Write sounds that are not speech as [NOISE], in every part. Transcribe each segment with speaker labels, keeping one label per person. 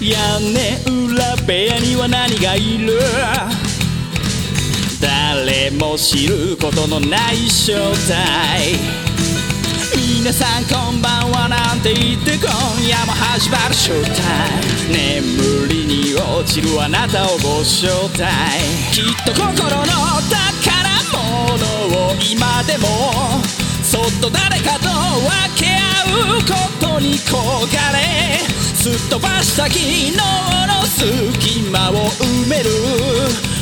Speaker 1: ね裏部屋には何がいる誰も知ることのない正体皆さんこんばんはなんて言って今夜も始まるショータイム眠りに落ちるあなたをご招待きっと心の宝物を今でもそっと誰かと分け合うことに焦がれすっ飛ばした昨日の隙間を埋める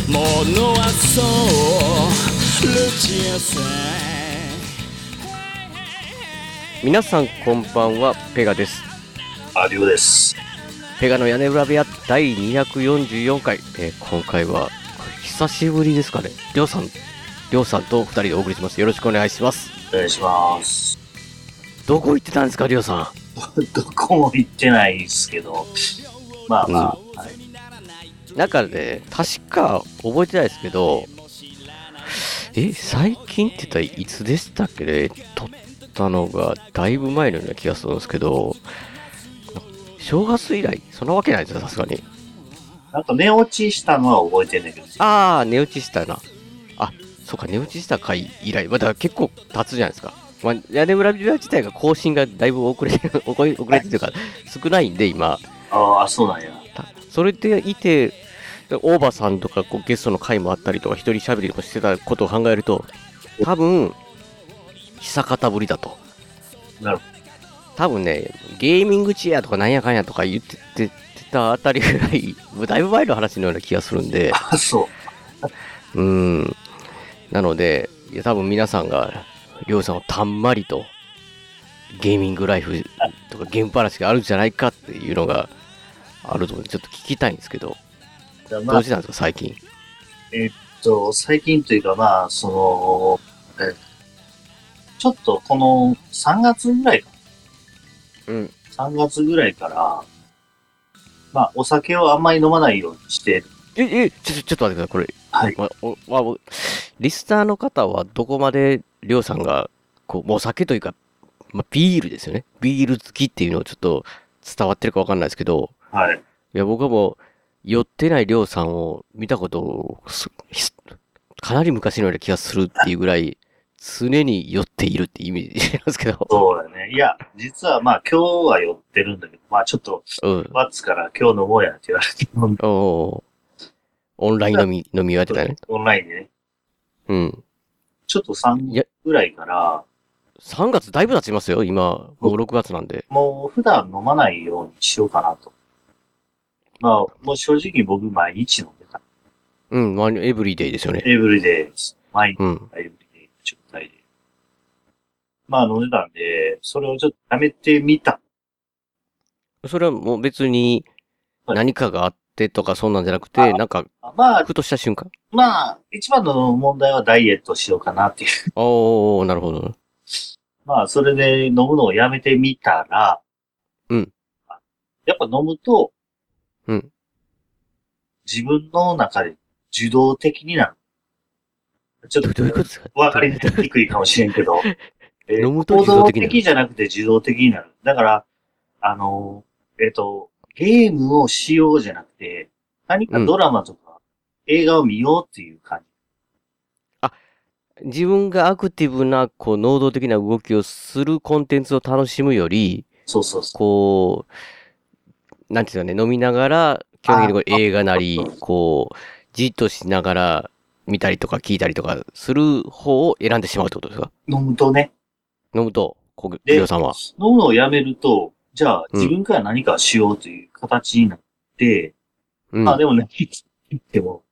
Speaker 1: ものはそうルチアさん
Speaker 2: 皆さんこんばんはペガです
Speaker 3: アデューです。
Speaker 2: ペガの屋根裏部屋第244回、えー今回は久しぶりですかねりょうさんりょうさんと2人でお送りしますよろしくお願いします
Speaker 3: お願いします。 [LAUGHS]
Speaker 2: どこ行ってたんですかりょうさ
Speaker 3: どこも行ってないですけど、まあまあ、はい、
Speaker 2: んなんかね確か覚えてないですけどえ最近って言ったらいつでしたっけね撮ったのがだいぶ前のような気がするんですけど正月以来そんなわけないですよさすがに
Speaker 3: なんか寝落ちしたのは覚えてんだけど、
Speaker 2: ああ、寝落ちしたな。あ、そうか、寝落ちした回以来、まだ結構経つじゃないですか。まあ、屋根裏部屋自体が更新がだいぶ遅れてる、 [LAUGHS] 遅れ遅れてるというか、少ないんで、今。
Speaker 3: ああ、そうなんや。
Speaker 2: たそれでいて、オーバーさんとかこうゲストの回もあったりとか、一人喋りもしてたことを考えると、多分、久方ぶりだと。
Speaker 3: なるほ
Speaker 2: 多分ね、ゲーミングチェアとかなんやかんやとか言っててたあたりぐらい、もうだいぶ前の話のような気がするんで。
Speaker 3: あそう。
Speaker 2: うん。なので、いや多分皆さんが、りょうさんをたんまりと、ゲーミングライフとかゲーム話があるんじゃないかっていうのがあると思うんで、ちょっと聞きたいんですけど、
Speaker 3: じゃあま
Speaker 2: ど
Speaker 3: あ
Speaker 2: うし、たんですか、最近。
Speaker 3: えっと、最近というかまあ、その、えちょっとこの3月ぐらいか、
Speaker 2: うん。
Speaker 3: 3月ぐらいから、まあ、お酒をあんまり飲まないようにして、
Speaker 2: え、え、ちょ、ちょちょっと待ってください、これ。
Speaker 3: は
Speaker 2: ま、
Speaker 3: い。
Speaker 2: お、まおリスナーの方はどこまでりょうさんが、こう、もうお酒というか、ま、ビールですよね。ビール好きっていうのをちょっと伝わってるかわかんないですけど、
Speaker 3: はい。
Speaker 2: いや、僕はもう、寄ってないりょうさんを見たことをす、ひすかなり昔のような気がするっていうぐらい、常に寄っているって意味なんですけ [LAUGHS] ど。
Speaker 3: そうだね。いや、実はまあ、今日は酔ってるんだけど、まあ、ちょっと、
Speaker 2: うん。
Speaker 3: ワッツから今日飲もうやって言われて飲んで、
Speaker 2: おおーオンライン飲み、飲みやってたね。
Speaker 3: オンラインでね。
Speaker 2: うん。
Speaker 3: ちょっと3
Speaker 2: いや
Speaker 3: ぐらいから、
Speaker 2: 3月だいぶ経ちますよ、今。もう6月なんで。
Speaker 3: もう普段飲まないようにしようかなと。まあ、もう正直僕毎日飲んでた。
Speaker 2: うん、まあ、エブリデイですよね。
Speaker 3: エブリデイです。毎日
Speaker 2: うん。
Speaker 3: エブリデイの状態で。まあ飲んでたんで、それをちょっとやめてみた。
Speaker 2: それはもう別に、
Speaker 3: はい
Speaker 2: 何かがあってとかそんなんじゃなくて、
Speaker 3: あ
Speaker 2: なんか、
Speaker 3: まあ、
Speaker 2: ふとした瞬間。
Speaker 3: まあ、一番の問題はダイエットしようかなっていう。
Speaker 2: おおなるほど。
Speaker 3: まあ、それで飲むのをやめてみたら、
Speaker 2: うん。
Speaker 3: やっぱ飲むと、
Speaker 2: うん。
Speaker 3: 自分の中で受動的になる。ちょっ
Speaker 2: どどういうことで
Speaker 3: と、
Speaker 2: すか
Speaker 3: わかりにくいかもしれんけ
Speaker 2: [LAUGHS]
Speaker 3: ど、えー
Speaker 2: 飲むと
Speaker 3: 行
Speaker 2: 自動
Speaker 3: 動
Speaker 2: 的になる
Speaker 3: 的じゃなくて受動的になる。だから、あのー、えっ、と、ゲームをしようじゃなくて、何かドラマとか映画を見ようっていう感じ。
Speaker 2: 自分がアクティブな、こう、能動的な動きをするコンテンツを楽しむより、
Speaker 3: そうそうそう。
Speaker 2: こう、なんていうかね、飲みながら、基本的にこう映画なり
Speaker 3: そうそ、
Speaker 2: こう、じっとしながら見たりとか聞いたりとかする方を選んでしまうってことですか
Speaker 3: 飲むとね、
Speaker 2: 飲むと、こう、
Speaker 3: で
Speaker 2: りょうさんは。
Speaker 3: 飲むのをやめると、じゃあ
Speaker 2: うん
Speaker 3: 自分から何かしようという形になって、
Speaker 2: うん。 [LAUGHS]
Speaker 3: まあでもね、言っても、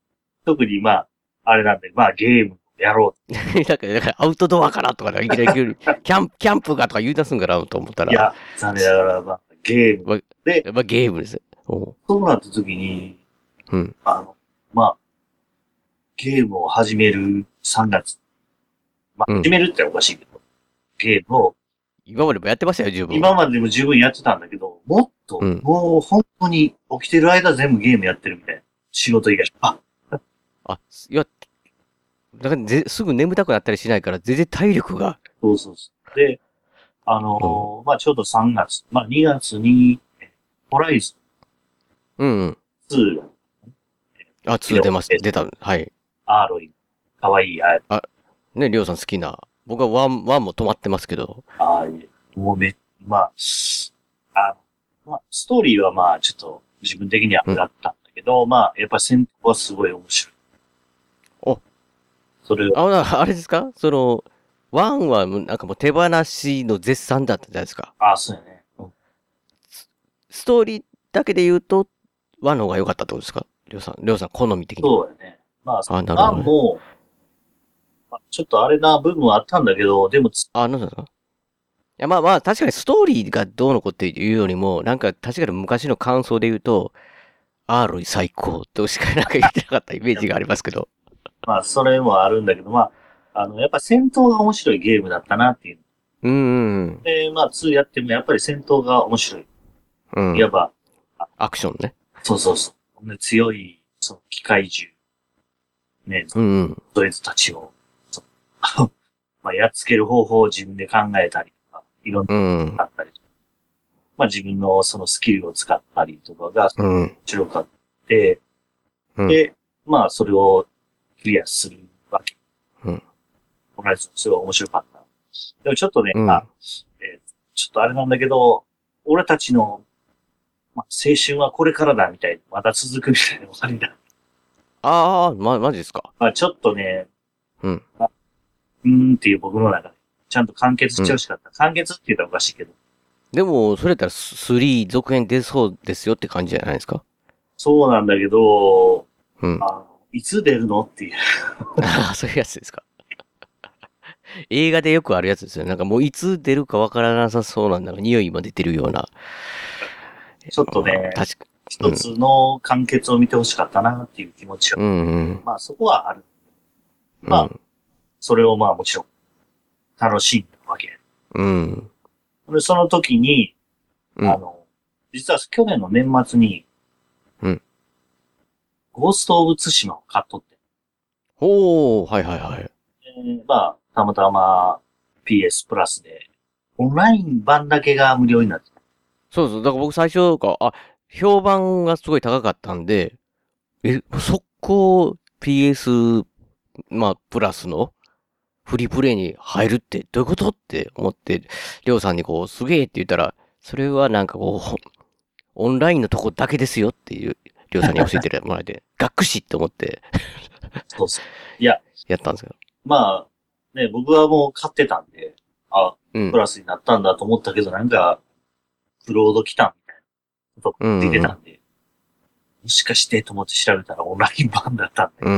Speaker 3: 特にまあ、あれなんで、まあゲームをやろう
Speaker 2: だから、だからアウトドアかなとか、なんかいきなり急にキャンプ、キャンプかとか言い出すんかなと思った
Speaker 3: と。い
Speaker 2: ら、
Speaker 3: や、残念ながらまあ、ゲーム。
Speaker 2: やっぱゲームですね。おう
Speaker 3: そうなった時に、
Speaker 2: うん。
Speaker 3: あの、まあ、ゲームを始める3月。まあ、
Speaker 2: うん
Speaker 3: 始めるっておかしいけど、ゲームを、
Speaker 2: 今までもやってましたよ、十分。
Speaker 3: 今まででも十分やってたんだけど、もっと、
Speaker 2: うん
Speaker 3: もう本当に起きてる間全部ゲームやってるみたいな。仕事以外。あ、
Speaker 2: あ、いや、だからぜすぐ眠たくなったりしないから、全然体力が。
Speaker 3: そうそうそう。で、あのーまあちょうど3月、まあ2月に、ホライズ
Speaker 2: うんうん。
Speaker 3: 2が
Speaker 2: あ、2出ました。出た。はい。
Speaker 3: アーロイ、かわいい、あ
Speaker 2: ね、りょうさん好きな。僕は1、1も止まってますけど。
Speaker 3: あーもうめ、まあ、あの、まあ、ストーリーはまあ、ちょっと自分的には上がったんだけど、まあ、やっぱ戦闘はすごい面白い。
Speaker 2: お
Speaker 3: それを、
Speaker 2: あ、なあ [LAUGHS] れですかその、1はもうなんかもう手放しの絶賛だったじゃないですか。
Speaker 3: ああ、そうやね。うん
Speaker 2: ストーリーだけで言うと、1の方が良かったってことですかりょうさん、りょうさん好み的に。
Speaker 3: そうやね。まあ、
Speaker 2: あ、なる
Speaker 3: あ
Speaker 2: ほど、ね。
Speaker 3: もまあちょっとあれな部分はあったんだけど、でもつ、
Speaker 2: あ、なんだろういや、まあまあ、確かにストーリーがどうのこうっていうよりも、なんか確かに昔の感想で言うと、アーロイ最高としかなんか言ってなかったイメージがありますけど。
Speaker 3: まあ、それもあるんだけど、まあ、あの、やっぱ戦闘が面白いゲームだったなっていう。
Speaker 2: うんうん
Speaker 3: で、まあ、2やってもやっぱり戦闘が面白い。
Speaker 2: うん。
Speaker 3: いわ
Speaker 2: うん。
Speaker 3: ば、
Speaker 2: アクションね。
Speaker 3: そうそうそう。ね強い、その、機械獣。ね、
Speaker 2: うんうん。
Speaker 3: ドイツたちを、そう [LAUGHS] まあ、やっつける方法を自分で考えたりとか、いろんな
Speaker 2: うん
Speaker 3: の。があったりとか、まあ、自分のそのスキルを使ったりとかが
Speaker 2: うん。
Speaker 3: 白かって、
Speaker 2: うん
Speaker 3: で、まあ、それをクリアするわけ。
Speaker 2: うん。
Speaker 3: この間、すごい面白かった。でもちょっとね、
Speaker 2: うん
Speaker 3: あえーちょっとあれなんだけど、俺たちの、まあ、青春はこれからだみたいな、また続くみたいな終わりだ。 [LAUGHS]
Speaker 2: ああ、ま、マジですか。
Speaker 3: まあ、ちょっとね、
Speaker 2: うん
Speaker 3: まあ。うーんっていう僕の中で、ちゃんと完結してほしかった。完結って言ったらおかしいけど、
Speaker 2: でも、それやったらス3続編出そうですよって感じじゃないですか。
Speaker 3: そうなんだけど、
Speaker 2: うん [LAUGHS]
Speaker 3: あ。のいつ出るのっていう。
Speaker 2: ああ、そういうやつですか。映画でよくあるやつですよね。なんかもういつ出るかわからなさそうなんだが、匂いも出てるような。
Speaker 3: ちょっとね
Speaker 2: 確か
Speaker 3: 一つの完結を見てほしかったなっていう気持ちが、
Speaker 2: うんうん。
Speaker 3: まあそこはある。まあ
Speaker 2: うん
Speaker 3: それをまあもちろん楽しんだわけ。
Speaker 2: うん。
Speaker 3: で、その時に、
Speaker 2: うん
Speaker 3: あの、実は去年の年末に、
Speaker 2: うん
Speaker 3: ゴースト・オブ・ツシマを買っとって、
Speaker 2: ほう、はいはいはい。
Speaker 3: でまあ、たまたま PS プラスで、オンライン版だけが無料になってた。
Speaker 2: そうそう。だから僕最初が、あ、評判がすごい高かったんで、え、速攻 PS、まあ、プラスのフリープレイに入るってどういうことって思って、りょうさんにこう、すげえって言ったら、それはなんかこうほん、オンラインのとこだけですよっていう、りょうさんに教えてもらえて、 [LAUGHS] 学くしって思って
Speaker 3: そうそう。
Speaker 2: やったんですけど。
Speaker 3: まあ、ね、僕はもう買ってたんで、あ、
Speaker 2: うん
Speaker 3: プ。ラスになったんだと思ったけど、なんか、クロード来たみたいなことが出てたんで、もしかしてと思って調べたらオンライン版だったんで。
Speaker 2: う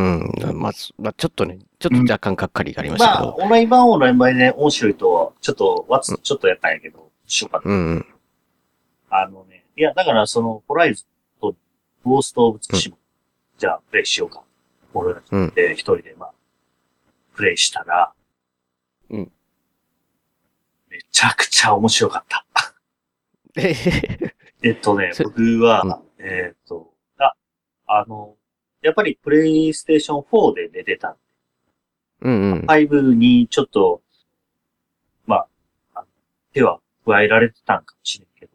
Speaker 2: ん。まあ、すまあ、ちょっとね、ちょっと若干がっかりがありました
Speaker 3: ま
Speaker 2: け
Speaker 3: あ、
Speaker 2: ど。
Speaker 3: オンライン版はオンライン版で、ね、面白いとは、ちょっと、わつ、ちょっとやったんやけど、しようかっ
Speaker 2: うんうん。
Speaker 3: た。あのね、いや、だからその、ホライズとゴースト・オブ・ツシマ、じゃあ、プレイしようか。俺たち
Speaker 2: うん
Speaker 3: で、一人で、まあ、プレイしたら、
Speaker 2: うん。
Speaker 3: めちゃくちゃ面白かった。
Speaker 2: え
Speaker 3: えっとね、
Speaker 2: そ
Speaker 3: 僕は、えーっと、あ、あの、やっぱりプレイステーション4で出てた
Speaker 2: うんうん。
Speaker 3: 5にちょっと、まあ、あ手は加えられてたんかもしれんけど、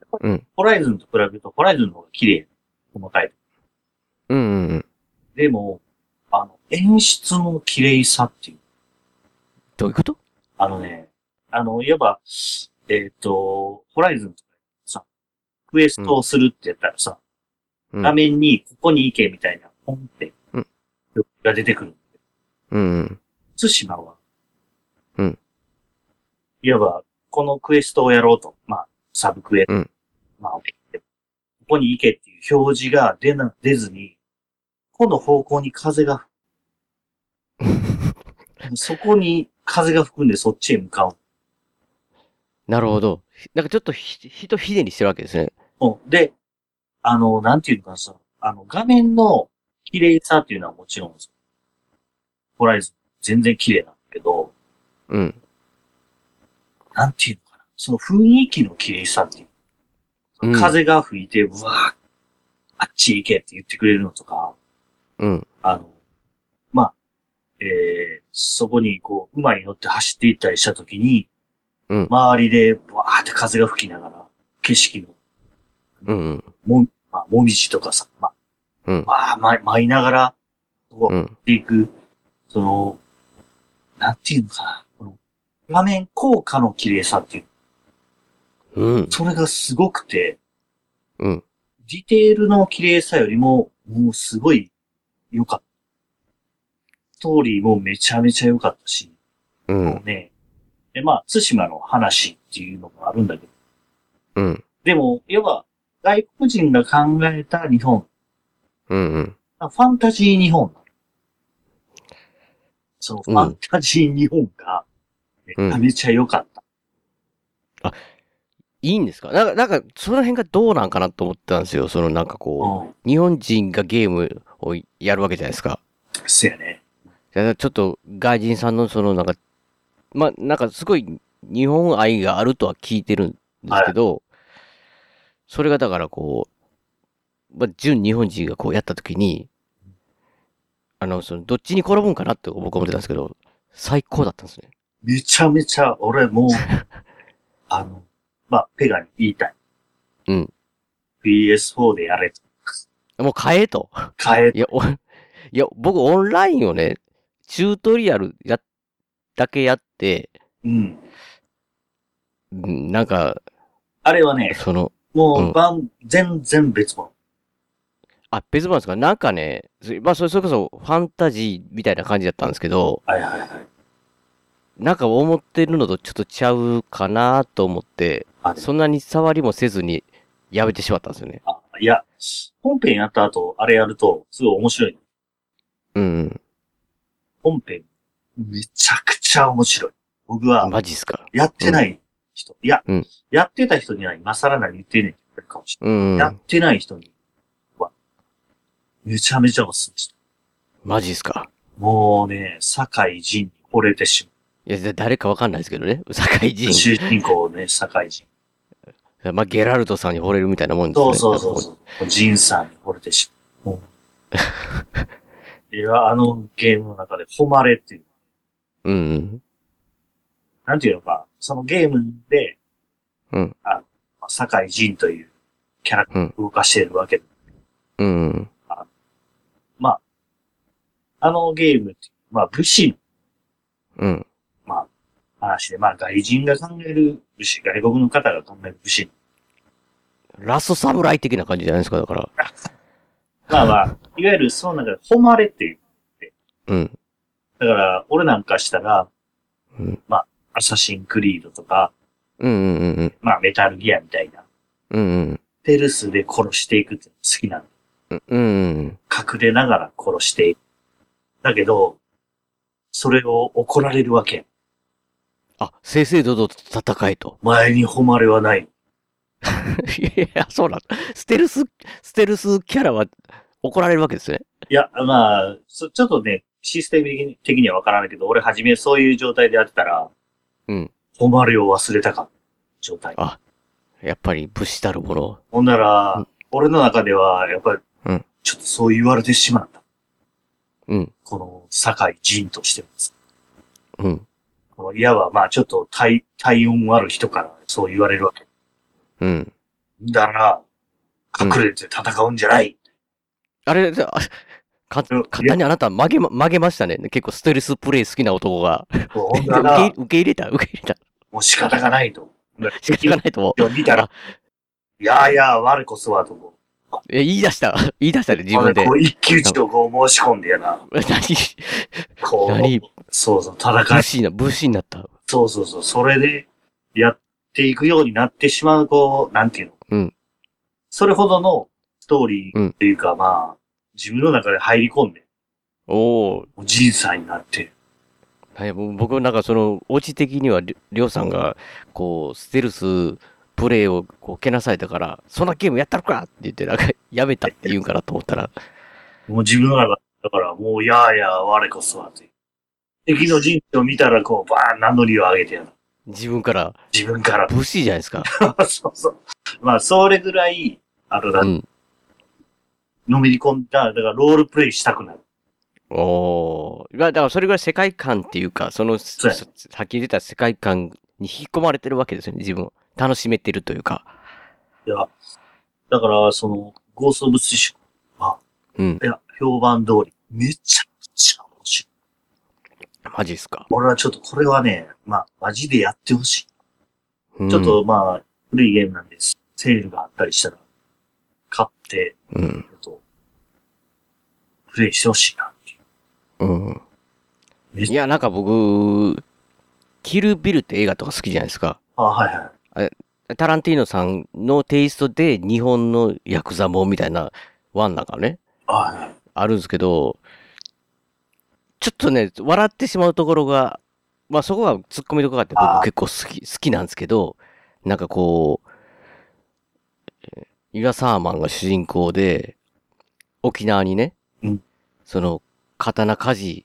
Speaker 3: やっぱ
Speaker 2: うん
Speaker 3: りホライズンと比べるとホライズンの方が綺麗、細かい。
Speaker 2: うんうんうん。
Speaker 3: でも、あの、演出の綺麗さっていう、
Speaker 2: どういうこと
Speaker 3: あのね、あの、いわば、えーっと、ホライズンとかさ、クエストをするってやったらさ、
Speaker 2: うん
Speaker 3: 画面に、ここに行けみたいな、ポンって
Speaker 2: うん、
Speaker 3: が出てくる。
Speaker 2: うんうん。
Speaker 3: 津島は、
Speaker 2: うん。
Speaker 3: いわば、このクエストをやろうと、まあ、サブクエ、
Speaker 2: うん
Speaker 3: まあ、ここに行けっていう表示が出な、出ずに、この方向に風が
Speaker 2: [LAUGHS]
Speaker 3: 吹く、そこに風が吹くんでそっちへ向かう。
Speaker 2: なるほど。ひなんかちょっとひ、ひとひねりしてるわけですね。
Speaker 3: うんで、あの、なんていうのかなさ、あの、画面の綺麗さっていうのはもちろん、ホライズン全然綺麗なんだけど、
Speaker 2: うん。
Speaker 3: なんていうのかな、その雰囲気の綺麗さっていう。
Speaker 2: うん
Speaker 3: 風が吹いて、うわーあっち行けって言ってくれるのとか、
Speaker 2: うん。
Speaker 3: あの、まあ、えー、そこにこう、馬に乗って走っていったりしたときに、
Speaker 2: うん
Speaker 3: 周りで、わーって風が吹きながら、景色の
Speaker 2: うんうん。
Speaker 3: もん、まあ、もみじとかさ、まあ、
Speaker 2: うん。
Speaker 3: まあ、ま舞いながら、こう、
Speaker 2: う
Speaker 3: や
Speaker 2: ん。
Speaker 3: っていく、その、なんていうのかな、この、画面効果の綺麗さっていう、
Speaker 2: うん。
Speaker 3: それがすごくて、
Speaker 2: うん。
Speaker 3: ディテールの綺麗さよりも、もうすごい良かった。ストーリーもめちゃめちゃ良かったし、
Speaker 2: うん。
Speaker 3: ね。で、まあ、津島の話っていうのがあるんだけど、
Speaker 2: うん。
Speaker 3: でも、要は、外国人が考えた日本、
Speaker 2: うん。うん。
Speaker 3: ファンタジー日本。そう、
Speaker 2: うん
Speaker 3: ファンタジー日本が、めちゃめちゃ良かった。
Speaker 2: いいんですかなんか、なんか、その辺がどうなんかなと思ってたんですよ。そのなんか
Speaker 3: う
Speaker 2: こ
Speaker 3: ん。
Speaker 2: う、日本人がゲームをやるわけじゃないですか。
Speaker 3: そうやね。
Speaker 2: いやちょっと外人さんのそのなんか、まあなんかすごい日本愛があるとは聞いてるんですけど、それがだからこう、まあ純日本人がこうやったときに、あの、そのどっちに転ぶんかなって僕は思ってたんですけど、最高だったんですね。
Speaker 3: めちゃめちゃ、俺 [LAUGHS] もう、あの、まあ、ペガに言いたい。
Speaker 2: うん。
Speaker 3: PS4 でやれと。
Speaker 2: もう買えと。
Speaker 3: 変え
Speaker 2: いや、おいや、僕オンラインをね、チュートリアルや、だけやって、
Speaker 3: うん。
Speaker 2: うんなんか、
Speaker 3: あれはね、
Speaker 2: その、
Speaker 3: も
Speaker 2: うん
Speaker 3: う、番、全然別物。
Speaker 2: あ、別番ですかなんかね、そまあ、それそれこそファンタジーみたいな感じだったんですけど、
Speaker 3: はいはいはい。
Speaker 2: なんか思ってるのとちょっとちゃうかなと思って、
Speaker 3: あ
Speaker 2: そんなに触りもせずにやめてしまったんですよね。
Speaker 3: あいや、本編やった後、あれやると、すごい面白い。
Speaker 2: うん
Speaker 3: 本編、めちゃくちゃ面白い。僕
Speaker 2: う
Speaker 3: は
Speaker 2: ん。、マジっすか。
Speaker 3: やってない人、いや、
Speaker 2: うん
Speaker 3: やってた人には今更何言ってんねんって言われるかもしれ
Speaker 2: うん、う
Speaker 3: ない。や
Speaker 2: ん
Speaker 3: っ。てない人には、めちゃめちゃおすすめした。
Speaker 2: マジっすか。
Speaker 3: もうね、堺人に惚れてしま
Speaker 2: いや、だ誰かわかんないですけどね。 [LAUGHS] 堺
Speaker 3: う。
Speaker 2: 人。
Speaker 3: 主人公ね、堺人。
Speaker 2: まあ、ゲラルトさんに惚れるみたいなもんですね。
Speaker 3: そうそうそう
Speaker 2: う。
Speaker 3: そう。人さんに惚れてし
Speaker 2: [LAUGHS]
Speaker 3: まうもう。いや、あのゲームの中で、誉れっていう、
Speaker 2: うん
Speaker 3: なんていうのか、そのゲームで、
Speaker 2: うん。うん。
Speaker 3: まあ堺人というキャラクターを動かしているわけで
Speaker 2: うんうん。
Speaker 3: あのゲームって、まあ武士の
Speaker 2: うん。
Speaker 3: 話で、まあ外人が考える武士、外国の方が考える武士。
Speaker 2: ラストサムライ的な感じじゃないですか、だから。
Speaker 3: まあまあ、いわゆるその中で誉れっていう。
Speaker 2: うん。
Speaker 3: だから、俺なんかしたら、
Speaker 2: うん。
Speaker 3: アサシンクリードとか、
Speaker 2: うんうんうんうん。
Speaker 3: まあメタルギアみたいな、
Speaker 2: うんうん。
Speaker 3: ペルスで殺していくって好きなの。
Speaker 2: うんうんうん。
Speaker 3: 隠れながら殺していく。だけど、それを怒られるわけ。
Speaker 2: あ、正々堂々と戦えと。
Speaker 3: 前に誉れはない。
Speaker 2: [LAUGHS] いや、そうなんだ。ステルス、ステルスキャラは怒られるわけですね。
Speaker 3: いや、まあ、そちょっとね、システム的に的にはわからないけど、俺初めそういう状態でやってたら、
Speaker 2: うん。
Speaker 3: 誉れを忘れたかった状態。
Speaker 2: やっぱり武士たるもの。
Speaker 3: ほんなら、
Speaker 2: うん
Speaker 3: 俺の中では、やっぱり、
Speaker 2: うん
Speaker 3: ちょっとそう言われてしまった。
Speaker 2: うん、
Speaker 3: この、堺人としてます。
Speaker 2: うん、
Speaker 3: このいわば、まあ、ちょっと体、体温ある人からそう言われるわけ。
Speaker 2: うん。
Speaker 3: だから、隠れて戦うんじゃない、
Speaker 2: あれ、じゃあか、簡単にあなた曲げま、曲げましたね。結構ステルスプレイ好きな男が。
Speaker 3: ほん
Speaker 2: 受
Speaker 3: なら
Speaker 2: け、受け入れた受け入れた。
Speaker 3: もう仕方がないと。
Speaker 2: [LAUGHS] 仕方がないと思う。
Speaker 3: を
Speaker 2: [LAUGHS]
Speaker 3: 見たら、いやいや、我こそはとこ
Speaker 2: え、言い出した。言い出したね、
Speaker 3: う。
Speaker 2: 自分で
Speaker 3: こ。う一騎打ちをこう申し込んでやな。こ
Speaker 2: 何、
Speaker 3: う、そうそう、戦
Speaker 2: 何、武
Speaker 3: い、
Speaker 2: 士な、武士になった。
Speaker 3: そうそうそう、それで、やっていくようになってしまう、こう、なんていうの
Speaker 2: うん
Speaker 3: それほどのストーリーっていうか、まあ、自分の中で入り込んで、
Speaker 2: おー。
Speaker 3: おじいさんになって、
Speaker 2: はい、もう僕なんかその、オチ的にはりょ、りょうさんが、こう、ステルスプレイをこうけなされたから、そんなゲームやったのかって言って、なんか、 [LAUGHS] やめたって言うんかなと思ったら、
Speaker 3: もう自分の中で、だからもう、やあやあ、我こそはって。敵の陣地を見たら、こう、バーン名乗りを上げてやる。
Speaker 2: 自分から、
Speaker 3: 自分から。
Speaker 2: 武士じゃないですか。
Speaker 3: [LAUGHS] そうそう。まあ、それぐらい、あの、だ
Speaker 2: うん。
Speaker 3: のめり込んだ、だからロールプレイしたくなる。
Speaker 2: おー。まあ、だからそれぐらい世界観っていうか、その、
Speaker 3: うや
Speaker 2: さっき出た世界観に引き込まれてるわけですよね、自分を。楽しめてるというか。
Speaker 3: いや、だから、その、ゴーストオブツシコは、
Speaker 2: うん。
Speaker 3: いや、評判通り、めちゃくちゃ面白い。
Speaker 2: マジっすか。
Speaker 3: 俺はちょっとこれはね、まあ、マジでやってほしい。
Speaker 2: うん
Speaker 3: ちょっ、とまあ、古いゲームなんです。セールがあったりしたら、買って、
Speaker 2: うん
Speaker 3: ち。ょっと、プレイしてほしいなっていう。
Speaker 2: うん。
Speaker 3: めっ
Speaker 2: い
Speaker 3: ちゃ、
Speaker 2: や、なんか僕、キルビルって映画とか好きじゃないですか。
Speaker 3: あ、はいはい。
Speaker 2: タランティーノさんのテイストで日本のヤクザもんみたいなワンなんかね、
Speaker 3: あ、はいはい。
Speaker 2: あるんですけど、ちょっとね、笑ってしまうところが、まあそこがツッコミとかがあって
Speaker 3: あー
Speaker 2: 僕結構好き、好きなんですけど、なんかこう、えーユラ・サーマンが主人公で、沖縄にね、
Speaker 3: うん
Speaker 2: その、刀鍛冶、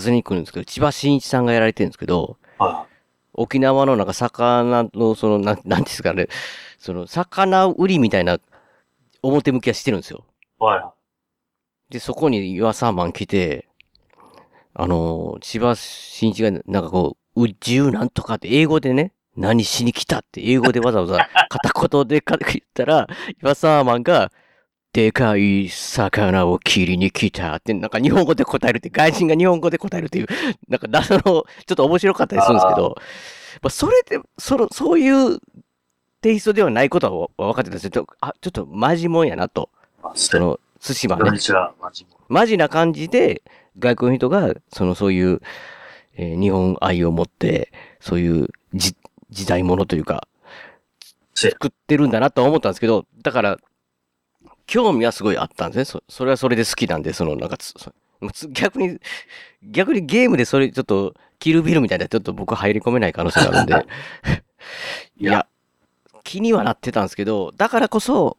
Speaker 2: 訪ねに来るんですけど、千葉真一さんがやられてるんですけど、
Speaker 3: あ
Speaker 2: 沖縄のなんか魚の、その、なん、なんですかね、その、魚売りみたいな、表向きはしてるんですよ。
Speaker 3: はいは
Speaker 2: で、そこに岩サーマン来て、あのー、千葉真一が、なんかこう、う、自由なんとかって英語でね、何しに来たって英語でわざわざ [LAUGHS] 片言でか言ったら、岩サーマンが、でかい魚を切りに来たって、なんか日本語で答えるって、外人が日本語で答えるっていう、なんか謎の、ちょっと面白かったりするんですけど、まあ、それで、その、そういうテイストではないことは分かってたんですけど、あ、ちょっとマジもんやなと、
Speaker 3: い。まあ、そ
Speaker 2: そ
Speaker 3: れ
Speaker 2: の、寿司はね
Speaker 3: め。ちゃマジも。
Speaker 2: マジな感じで、外国の人が、そのそういう、えー日本愛を持って、そういうじ時代ものというか、
Speaker 3: せ
Speaker 2: 作ってるんだなとは思ったんですけど、だから、興味はすごいあったんですね。そそれはそれで好きなんで、その、なんかつ、そつ逆に、逆にゲームでそれちょっと、キルビルみたいな、ちょっと僕入り込めない可能性があるんで。いや、気にはなってたんですけど、だからこそ、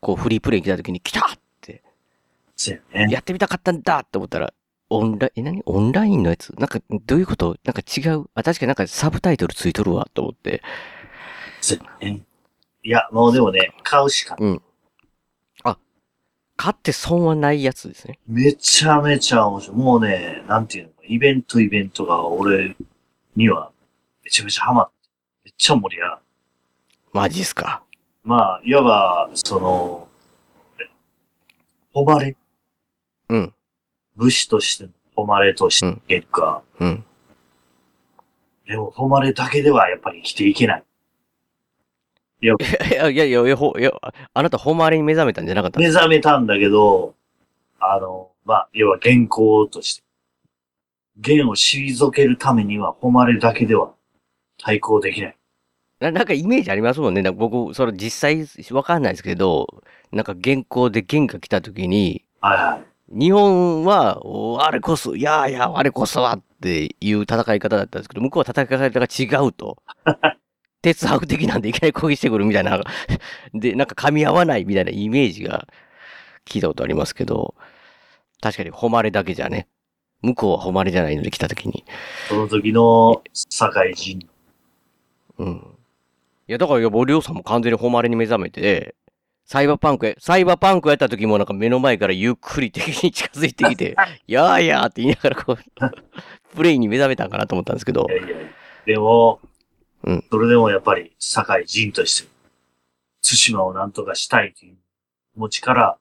Speaker 2: こう、フリープレイ来た時に、来たって、
Speaker 3: そうやね。
Speaker 2: やってみたかったんだって思ったら、オンライン、え、何オンラインのやつなんか、どういうことなんか違う。あ、確かになんかサブタイトルついとるわ、と思って。
Speaker 3: そうやね。いや、もうでもね、買うしかない。
Speaker 2: うん。あ、買って損はないやつですね。
Speaker 3: めちゃめちゃ面白い。もうね、なんていうの、イベントイベントが俺にはめちゃめちゃハマって、めっちゃ盛り上がる。
Speaker 2: マジっすか。
Speaker 3: まあ、いわば、その、誉れ
Speaker 2: うん、
Speaker 3: 武士としての誉れとして結果、
Speaker 2: うん。
Speaker 3: でも誉れだけではやっぱり生きていけない。
Speaker 2: [LAUGHS] いやいやいや、いやほいやあなた、誉れに目覚めたんじゃなかったん
Speaker 3: 目
Speaker 2: です
Speaker 3: 覚めたんだけど、あの、まあ、要は原稿として、弦を退けるためには誉れだけでは対抗できない。
Speaker 2: ななんかイメージありますもんね。なんか僕、それ実際わかんないですけど、なんか原稿で原価来た時に、
Speaker 3: はいはい。
Speaker 2: 日本は、おあれこそ、いやいや、あれこそはっていう戦い方だったんですけど、向こうは戦い方が違うと。鉄白的なんでいきなり攻撃してくるみたいな、 [LAUGHS] で、なんか噛み合わないみたいなイメージが聞いたことありますけど、確かに誉れだけじゃね。向こうは誉れじゃないので来た時に。
Speaker 3: その時の堺人
Speaker 2: うん。いや、だから、いや、りょうさんも完全に誉れに目覚めて、サイバーパンクや、サイバーパンクやった時もなんか目の前からゆっくり敵に近づいてき [LAUGHS] て、やーやーって言いながらこう、プレイに目覚めたんかなと思ったんですけど
Speaker 3: い、やいやでも、
Speaker 2: うん
Speaker 3: それでもやっぱり堺人として、対馬をなんとかしたいという気持ちから、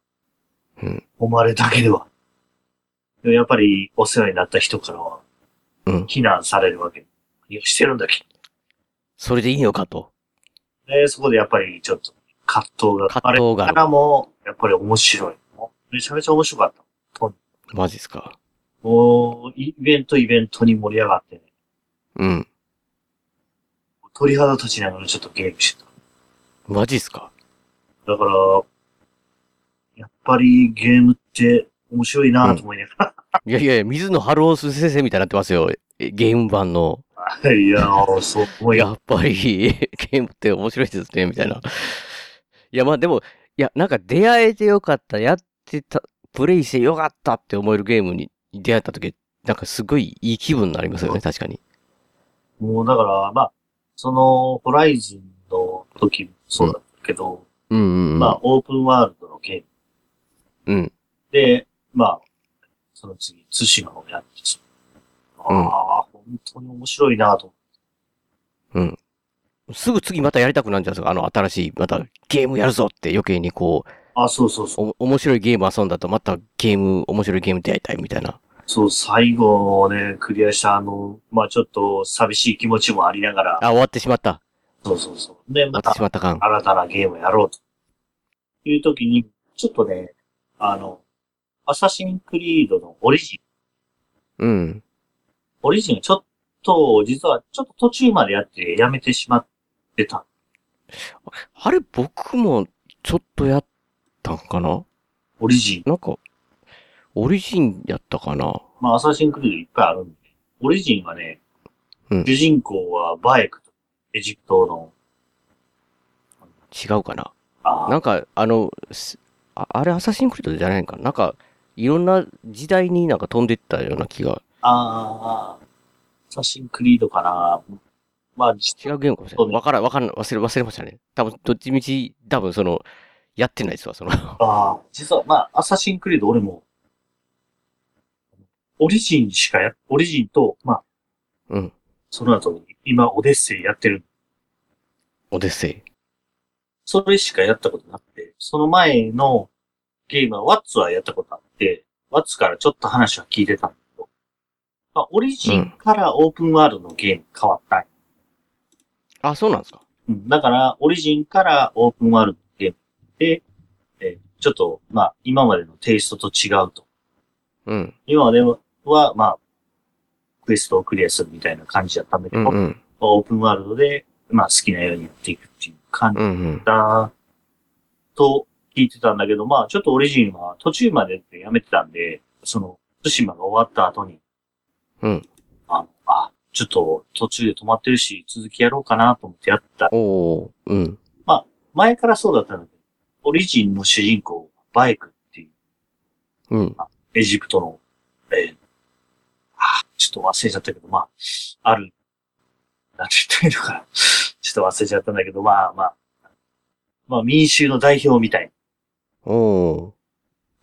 Speaker 2: うん
Speaker 3: 誉れだけでは。でもやっぱりお世話になった人からは、
Speaker 2: うん。
Speaker 3: 非難されるわけ。何をしてるんだっけ
Speaker 2: それでいいのかと。
Speaker 3: で、そこでやっぱりちょっと葛藤
Speaker 2: 葛
Speaker 3: が、
Speaker 2: 藤があ
Speaker 3: あれ
Speaker 2: る
Speaker 3: からも、やっぱり面白い。めちゃめちゃ面白かった。
Speaker 2: マジっすか。
Speaker 3: もう、イベントイベントに盛り上がってね、
Speaker 2: うん。
Speaker 3: 鳥肌立ちながらちょっとゲームしてた。
Speaker 2: マジっすか。
Speaker 3: だから、やっぱりゲームって面白いなぁと思いながら。
Speaker 2: いやいやいや、水野春夫先生みたいになってますよ。えゲーム版の。
Speaker 3: [LAUGHS] いやー、そう思
Speaker 2: [LAUGHS]
Speaker 3: い
Speaker 2: やっぱり、ゲームって面白いですね、みたいな。いや、まあでも、いや、なんか出会えてよかった、やってた、プレイしてよかったって思えるゲームに出会った時、なんかすごいいい気分になりますよね、確かに。
Speaker 3: もうだから、まあ、その、ホライズンの時もそうだったけど、
Speaker 2: うんうんうん。
Speaker 3: まあ、オープンワールドのゲーム
Speaker 2: うん。
Speaker 3: で、まあ、その次、対馬をやってしまう。
Speaker 2: うん
Speaker 3: ああ、本当に面白いなぁと思って。
Speaker 2: すぐ次またやりたくなるんじゃないですか。あの、新しい、またゲームやるぞって余計にこう、
Speaker 3: あ、そうそうそう。
Speaker 2: お面白いゲーム遊んだとまたゲーム、面白いゲーム出会いたいみたいな。
Speaker 3: そう、最後をね、クリアしたあの、まあちょっと寂しい気持ちもありながら、
Speaker 2: あ、終わってしまった。
Speaker 3: そうそうそう。で、
Speaker 2: 終わ
Speaker 3: ま
Speaker 2: って
Speaker 3: た
Speaker 2: しまった感。
Speaker 3: 新たなゲームやろうと。いう時に、ちょっとね、あの、アサシンクリードのオリジン、
Speaker 2: うん。
Speaker 3: オリジンがちょっと、実はちょっと途中までやってやめてしまってた。
Speaker 2: あれ、僕もちょっとやったんかな
Speaker 3: オリジン。
Speaker 2: なんか、オリジンやったかな
Speaker 3: まあアサシンクリードいっぱいあるんで、オリジンはね、
Speaker 2: うん
Speaker 3: 主人公はバイクと、エジプトの、
Speaker 2: 違うかな
Speaker 3: あ
Speaker 2: な
Speaker 3: あ、
Speaker 2: んか、あの、すああれ、アサシンクリードじゃないんかななんか、いろんな時代になんか飛んでったような気が、
Speaker 3: ああ、アサシンクリードかな。まあ、実
Speaker 2: 違
Speaker 3: は
Speaker 2: うゲームかもしれ
Speaker 3: そう
Speaker 2: ない。
Speaker 3: ね
Speaker 2: わからん、わからん、忘れ、忘れましたね。多分、どっちみち、多分、その、やってないですわ、その。 [LAUGHS]
Speaker 3: ああ、実は、まあ、アサシンクリード俺も、オリジンしかや、オリジンと、まあ、
Speaker 2: うん。
Speaker 3: その後に、今、オデッセイやってる。
Speaker 2: オデッセイ。
Speaker 3: それしかやったことなくて、その前のゲームは、ワッツはやったことあって、ワッツからちょっと話は聞いてたんだけど、まあ、オリジンからオープンワールドのゲーム変わったんよ
Speaker 2: あ、そうなんですか。
Speaker 3: うん、だから、オリジンからオープンワールドのゲームで、えーちょっと、まあ、今までのテイストと違うと。
Speaker 2: うん。
Speaker 3: 今までは、まあ、クエストをクリアするみたいな感じだったんだけ
Speaker 2: う
Speaker 3: ど、
Speaker 2: んうん。
Speaker 3: オープンワールドで、まあ好きなようにやっていくっていう感じ
Speaker 2: うんうん。
Speaker 3: だ、と聞いてたんだけど、まあちょっとオリジンは途中までってやめてたんで、その、対馬が終わった後に、
Speaker 2: うん。
Speaker 3: あの、あ、ちょっと途中で止まってるし、続きやろうかなと思ってやった。
Speaker 2: おー、うん。
Speaker 3: 前からそうだったんだけど、オリジンの主人公、バイクっていう、
Speaker 2: うん。
Speaker 3: エジプトの、えーあーちょっと忘れちゃったけど、まあ、ある、なんて言ったらいいのかな。 [LAUGHS] ちょっと忘れちゃったんだけど、まあまあ、まあ民衆の代表みたいな
Speaker 2: おー、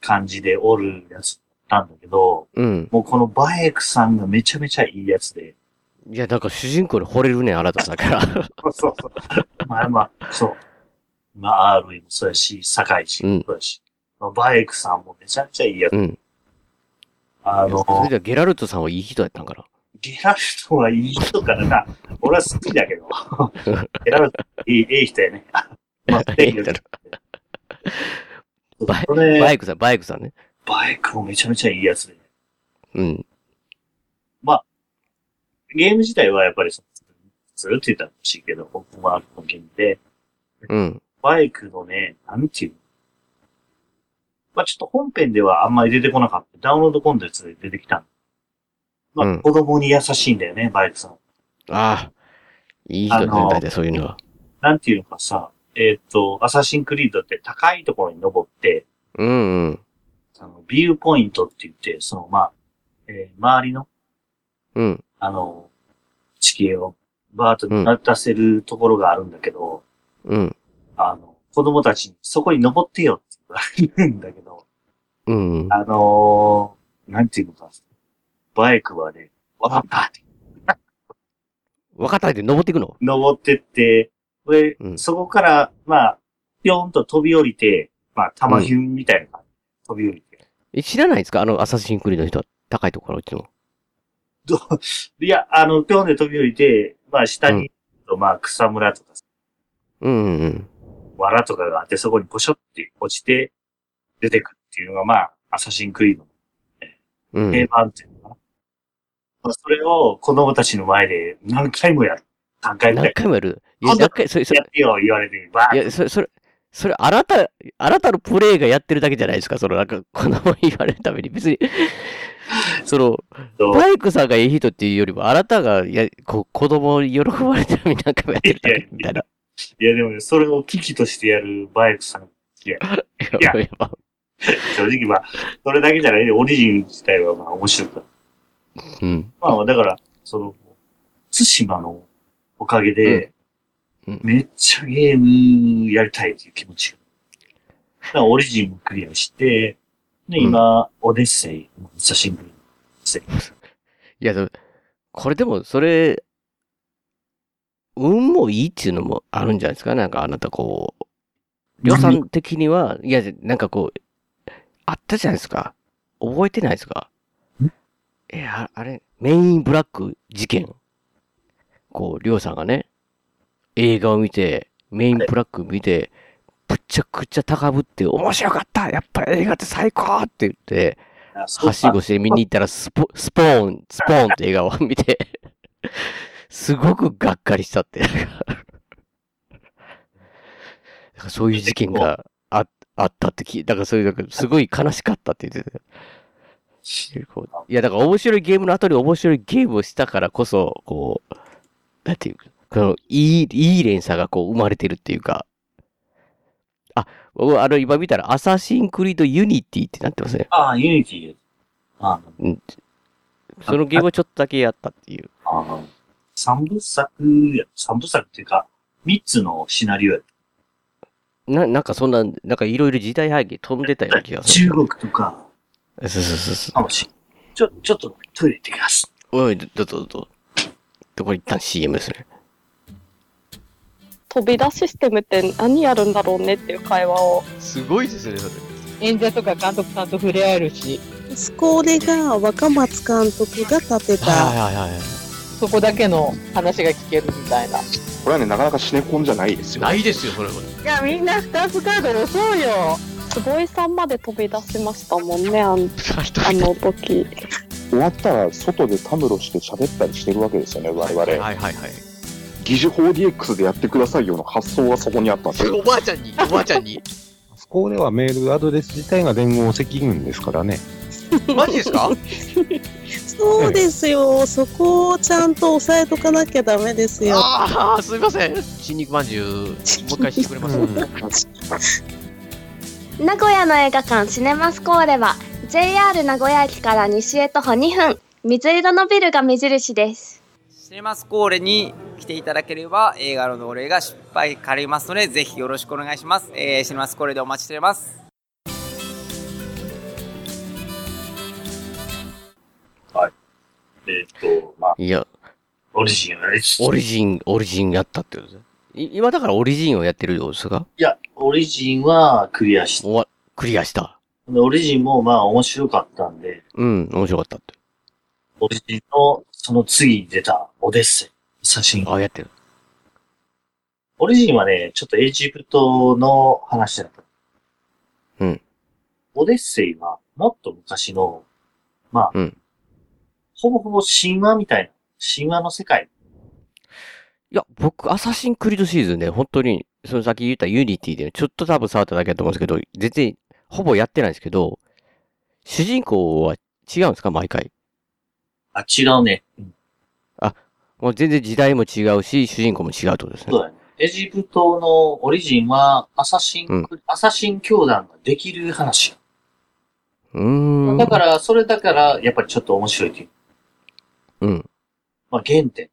Speaker 3: 感じでおるやつなんだけど、
Speaker 2: うん。
Speaker 3: もうこのバエクさんがめちゃめちゃいいやつで。
Speaker 2: いや、なんか主人公に惚れるね、あなただから。
Speaker 3: そうそう。まあまあ、そう。まあ、RV もそうやし、堺井氏もそうやし、まあ、バエクさんもめちゃめちゃいいやつ。
Speaker 2: うん。
Speaker 3: あの、
Speaker 2: それではゲラルトさんはいい人やったんかな。
Speaker 3: ゲラルトはいい人からな。俺は好きだ
Speaker 2: [LAUGHS]
Speaker 3: けど。ゲラルト、いい、いい人やね。ま
Speaker 2: [LAUGHS]
Speaker 3: あ、
Speaker 2: いい人だ
Speaker 3: そう
Speaker 2: バイ
Speaker 3: これ
Speaker 2: バイクさん、バイクさんね。
Speaker 3: バイクもめちゃめちゃいいやつで。
Speaker 2: うん。
Speaker 3: ゲーム自体はやっぱりその、ずるって言ったら欲しいけど、オープンワールドのゲームで、
Speaker 2: うん。
Speaker 3: バイクのね、なんていうのまあちょっと本編ではあんまり出てこなかった。ダウンロードコンテンツで出てきたの。まあ、
Speaker 2: うん
Speaker 3: 子供に優しいんだよね、バイクさん。
Speaker 2: ああ。いい人だね、
Speaker 3: あの
Speaker 2: 大体そういうのは。
Speaker 3: なんていうのかさ、えーっ、と、アサシンクリードって高いところに登って、
Speaker 2: うんうん。
Speaker 3: あの、ビューポイントって言って、その、まあ、えー周りの、
Speaker 2: うん。
Speaker 3: あの、地形をバーッと見渡せるところがあるんだけど、
Speaker 2: うん。
Speaker 3: あの、子供たちにそこに登ってよって言われるんだけど、
Speaker 2: うんうん。
Speaker 3: あのーなんていうのか、バイクはね、わかったって
Speaker 2: 分かったで登っていくの
Speaker 3: 登ってって、で、
Speaker 2: うん
Speaker 3: そこから、まあ、ぴょんと飛び降りて、まあ、玉ひゅんみたいな感じ、飛び降りて。
Speaker 2: え、知らないですかあの、アサシンクリードの人は高いところから落ちるの。
Speaker 3: どう [LAUGHS] いや、あの、ぴょんで飛び降りて、まあ、下に、まあ、草むらとか
Speaker 2: うんうんうん。
Speaker 3: 藁とかがあって、そこにポショって落ちて出てくるっていうのが、まあ、アサシンクリード
Speaker 2: う
Speaker 3: の定
Speaker 2: ん。
Speaker 3: 番っていうのかな。まあ、それを子供たちの前で何回もやる。3回ぐら
Speaker 2: 何
Speaker 3: い。
Speaker 2: 回もやる。いや、
Speaker 3: 今度
Speaker 2: 何回、それ、そ
Speaker 3: や
Speaker 2: れ
Speaker 3: っ、てよ、言われて、バ
Speaker 2: い
Speaker 3: ーン
Speaker 2: や、それ、それ、それ、あなた、あなたのプレイがやってるだけじゃないですかその、なんか、子供に言われるために。別 [LAUGHS] に、その、
Speaker 3: と。
Speaker 2: バイクさんがいい人っていうよりも、あなたが、いや、こ子供に喜ばれてるみたいなやってるだけみたいな。
Speaker 3: いや、でもね、それを危機としてやるバイクさん。
Speaker 2: [LAUGHS] いや、やば
Speaker 3: 正直、まあ、それだけじゃないね。オリジン自体は、まあ、面白かった。
Speaker 2: うん。
Speaker 3: まあまあ、だから、その、対馬のおかげ
Speaker 2: う
Speaker 3: で、
Speaker 2: んうん
Speaker 3: めっちゃゲームやりたいという気持ちが。だからオリジンもクリアして、で、今、オデッセイ、久しぶりに。
Speaker 2: いや、でもこれでも、それ、運もいいっていうのもあるんじゃないですかなんか、あなたこう、予算的には、いや、なんかこう、あったじゃないですか。覚えてないですか
Speaker 3: ん
Speaker 2: え、ああれ、メインブラック事件。こう、りょうさんがね、映画を見て、メインブラック見て、ぶっちゃくちゃ高ぶって、面白かったやっぱ映画って最高って言って、
Speaker 3: あそう
Speaker 2: はし
Speaker 3: か
Speaker 2: ごして見に行ったらスポ、スポーン、スポーンって映画を [LAUGHS] 見て、すごくがっかりしたって。なんかそういう事件がああったって聞いだからそういう、なんかすごい悲しかったって言ってた。こういや、だから面白いゲームの後に面白いゲームをしたからこそ、こう、なんていうか、このいい、いい連鎖がこう生まれてるっていうか、あ、僕あの、今見たら、アサシンクリードユニティってなってますね。
Speaker 3: ああ、ユニティ。あ
Speaker 2: そのゲームをちょっとだけやったっていう。
Speaker 3: あああ、三部作や、三部作っていうか、三つのシナリオや。
Speaker 2: な、なんかそんな、なんかいろいろ時代背景飛んでたような気がす
Speaker 3: 中
Speaker 2: る。
Speaker 3: 国とか、
Speaker 2: そうそうそうそ
Speaker 3: かもしれんちょ、ちょっとトイレ行ってきます。
Speaker 2: う。おい、ど、ど、ど、ど。どこ一旦 CM ですね。
Speaker 4: 飛び出システムって何やるんだろうねっていう会話を
Speaker 5: すごいですね、それ。
Speaker 6: 演者とか監督さんと触れ合えるし、
Speaker 7: スコーレが若松監督が建てた
Speaker 2: はいはいはい。
Speaker 6: そこだけの話が聞けるみたいな。い
Speaker 8: これはね、なかなかシネコンじゃないですよ。
Speaker 5: ないですよ、それは。
Speaker 6: や、みんな2つカード押そうよ。
Speaker 4: 坪井さんまで飛び出しましたもんね [LAUGHS] あんあ
Speaker 5: は
Speaker 4: の
Speaker 9: [LAUGHS]
Speaker 4: 時
Speaker 8: 終わったら、外でたむろして喋ったりしてるわけですよね、我
Speaker 5: い
Speaker 8: 々。
Speaker 5: はいはい。
Speaker 8: 疑似 4DX でやってくださいよの発想がそこにあったんですよ。
Speaker 5: おばあちゃんに、おばあちゃん
Speaker 2: [LAUGHS]
Speaker 5: に。
Speaker 10: そこではメールアドレス自体が連合赤軍ですからね。
Speaker 5: マジですか
Speaker 7: そうですよそこをちゃんと押さえとかなきゃダメですよ
Speaker 5: ああ、すみません。新肉まんじゅう、もう一回してくれます
Speaker 9: 名古屋の映画館シネマスコーレは JR 名古屋駅から西へ徒歩2分水色のビルが目印です
Speaker 11: シネマスコーレに来ていただければ映画の同例が失敗かりますのでぜひよろしくお願いします、えーシネマスコーレでお待ちしております
Speaker 3: えっ、と、まあ、
Speaker 2: いや、
Speaker 3: オリジンはね、
Speaker 2: オリジン、オリジンやったってことですねい今だからオリジンをやってるようですが、
Speaker 3: いや、オリジンはクリアし
Speaker 2: 終わ、クリアした。
Speaker 3: た。でオリジンもまあ面白かったんで、
Speaker 2: うん、面白かったって。
Speaker 3: オリジンのその次に出たオデッセイ、写真。
Speaker 2: あ、やってる。
Speaker 3: オリジンはね、ちょっとエジプトの話だった。
Speaker 2: うん。
Speaker 3: オデッセイはもっと昔の、まあ、
Speaker 2: うん
Speaker 3: ほぼほぼ神話みたいな、神話の世界。
Speaker 2: いや、僕、アサシンクリードシリーズンね、本当に、その先言ったユニティで、ちょっと多分触っただけだと思うんですけど、全然、ほぼやってないんですけど、主人公は違うんですか毎回。
Speaker 3: あ、違うね。
Speaker 2: もう全然時代も違うし、主人公も違うってことです
Speaker 3: そう
Speaker 2: ね。
Speaker 3: だね。エジプトのオリジンは、アサシン、
Speaker 2: うん
Speaker 3: アサシン教団ができる話。
Speaker 2: うーん。
Speaker 3: だから、それだから、やっぱりちょっと面白いという。
Speaker 2: うん。
Speaker 3: まあ、原点。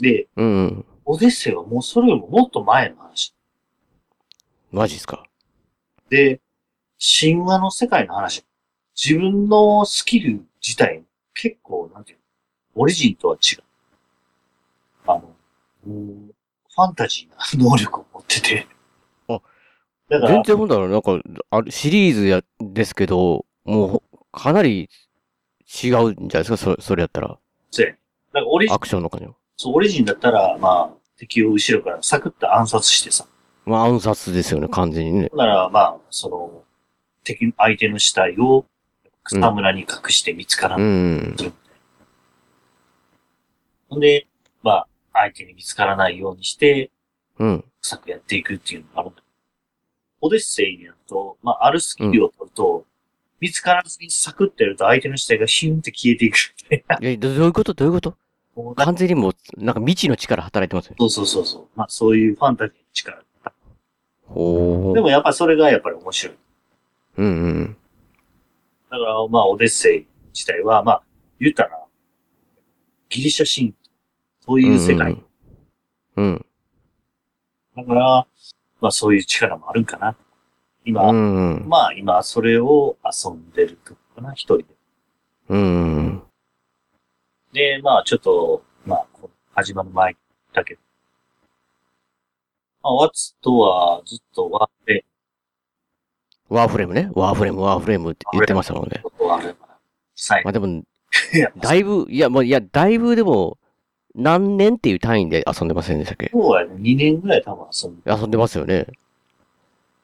Speaker 3: で、
Speaker 2: うんうん。
Speaker 3: オデッセイはもうそれよりももっと前の話。
Speaker 2: マジっすか。
Speaker 3: で、神話の世界の話。自分のスキル自体、結構、なんていうの、オリジンとは違う。あの、うんファンタジーな能力を持ってて。
Speaker 2: あ、
Speaker 3: だから
Speaker 2: 全、然ほんだら、なんか、あシリーズや、ですけど、もう、かなり違うんじゃないですかそそれやったら。
Speaker 3: そうやねだからオリジン
Speaker 2: アクションの感じも。
Speaker 3: そう、オリジンだったら、まあ、敵を後ろからサクッと暗殺してさ。
Speaker 2: まあ、暗殺ですよね、完全にね。
Speaker 3: ほんなら、まあ、その、敵、相手の死体を草むらに隠して見つから
Speaker 2: う
Speaker 3: ない。
Speaker 2: ん。
Speaker 3: ほんで、まあ、相手に見つからないようにして、
Speaker 2: うん。
Speaker 3: サクやっていくっていうのがあるんだけど。オデッセイにやると、まあ、あるスキルを取ると、見つからずにサクッとやると相手の死体がヒュンって消えていく [LAUGHS] みたいな。
Speaker 2: え、どどういうことどういうこと
Speaker 3: もうなんか
Speaker 2: 完全にもう、なんか未知の力働いてますね。
Speaker 3: そうそうそうそう。まあ、そういうファンタジーの力。
Speaker 2: お
Speaker 3: で
Speaker 2: ー。
Speaker 3: もやっぱそれがやっぱり面白い。
Speaker 2: うんうん。
Speaker 3: だから、まあ、オデッセイ自体は、まあ、言ったら、ギリシャ神話、そういう世界。
Speaker 2: うんうん。
Speaker 3: だから、まあ、そういう力もあるんかな。今、
Speaker 2: うんうん。
Speaker 3: まあ、今、それを遊んでるとかな、一人で。
Speaker 2: うんうん。
Speaker 3: で、まあ、ちょっと、まあ、こう始まる前だけど。まあ、ワッツとは、ずっとワッで、
Speaker 2: ワーフレームね。ワーフレーム、ワーフレームって言ってましたもんね。まあでも、だいぶ、いや、もう、いや、だいぶでも、何年っていう単位で遊んでませんでしたっけ
Speaker 3: そうやね。2年ぐらい多分遊んで。
Speaker 2: 遊んでますよね。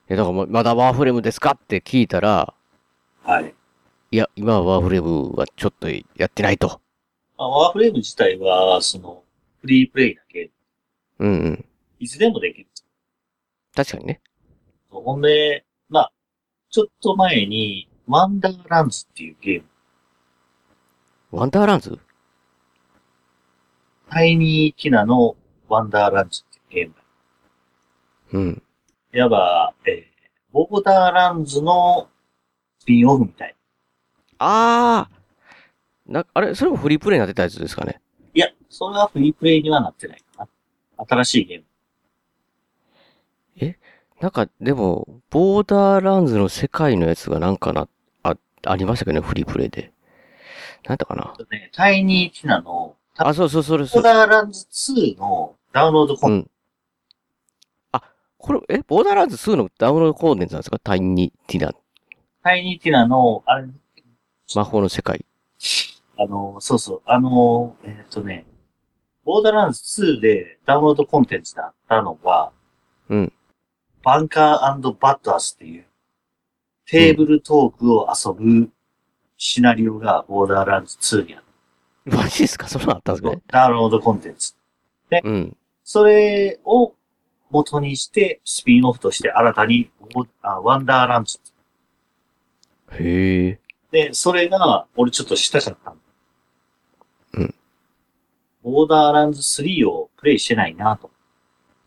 Speaker 2: え、だからままだワーフレームですかって聞いたら、
Speaker 3: はい。
Speaker 2: いや、今はワーフレームはちょっとやってないと。
Speaker 3: まあ、ワーフレーム自体は、その、フリープレイだけ、
Speaker 2: うんうん。
Speaker 3: いつでもできる。
Speaker 2: 確かにね。
Speaker 3: ほんで、まあ、ちょっと前に、ワンダーランズっていうゲーム、
Speaker 2: ワンダーランズ
Speaker 3: タイニーキナのワンダーランズっていうゲーム。
Speaker 2: うん。
Speaker 3: いわば、えー、ボーダーランズのスピンオフみたい
Speaker 2: あーな、あれ、それもフリープレイになってたやつですかね。
Speaker 3: な。いや、それはフリープレイにはなってないかな。新しいゲーム。
Speaker 2: なんか、でも、ボーダーランズの世界のやつがなんかな、あ、ありましたけどね、フリープレイで。なんだかな。
Speaker 3: ね、タイニーキナの、
Speaker 2: あ、そうそう、それ、
Speaker 3: ボ
Speaker 2: そ
Speaker 3: ー
Speaker 2: れ。
Speaker 3: ダーランズ2のダウンロードコンテン
Speaker 2: う
Speaker 3: ツ
Speaker 2: ん。あ、これ、え、ボーダーランズ2のダウンロードコンテンツなんですかタイニーティナ、
Speaker 3: タイニーティナの、あれ、
Speaker 2: 魔法の世界。
Speaker 3: あの、そうそう、あの、えーっ、とね、ボーダーランズ2でダウンロードコンテンツだったのは、
Speaker 2: うん。
Speaker 3: バンカーバッタースっていう、テーブルトークを遊ぶシナリオがボーダーランズ2にあっ
Speaker 2: マジですかそんなのあったんです
Speaker 3: た、
Speaker 2: ね。
Speaker 3: ダウンロードコンテンツ。
Speaker 2: うん。
Speaker 3: それを元にして、スピンオフとして新たにボあワンダーランズ。
Speaker 2: へえ。
Speaker 3: で、それが、俺ちょっとしたかったの
Speaker 2: うん。
Speaker 3: ボーダーランズ3をプレイしてないなと。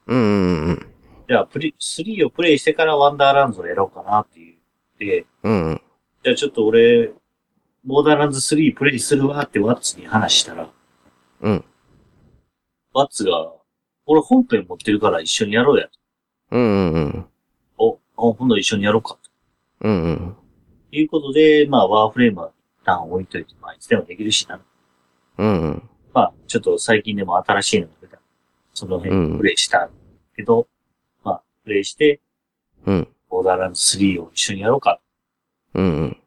Speaker 2: うんうんうん
Speaker 3: じゃあ、プレイ、3をプレイしてからワンダーランズをやろうかなっていう。で、
Speaker 2: うん。うんうん。
Speaker 3: じゃあちょっと俺、ボーダーランズ3プレイするわってワッツに話したら、
Speaker 2: うん。
Speaker 3: ワッツが、俺本編持ってるから一緒にやろうやと。
Speaker 2: うんうん
Speaker 3: お、お今度一緒にやろうか。
Speaker 2: うん。うんうん。
Speaker 3: ということで、まあ、ワーフレームは一旦置いといて、まあ、いつでもできるしな。
Speaker 2: うんうん。
Speaker 3: まあ、ちょっと最近でも新しいのが出た。その
Speaker 2: う
Speaker 3: 辺
Speaker 2: ん
Speaker 3: プレイしたけど、まあ、プレイして、
Speaker 2: うん。
Speaker 3: ボーダーランズ3を一緒にやろうか。
Speaker 2: うんうん。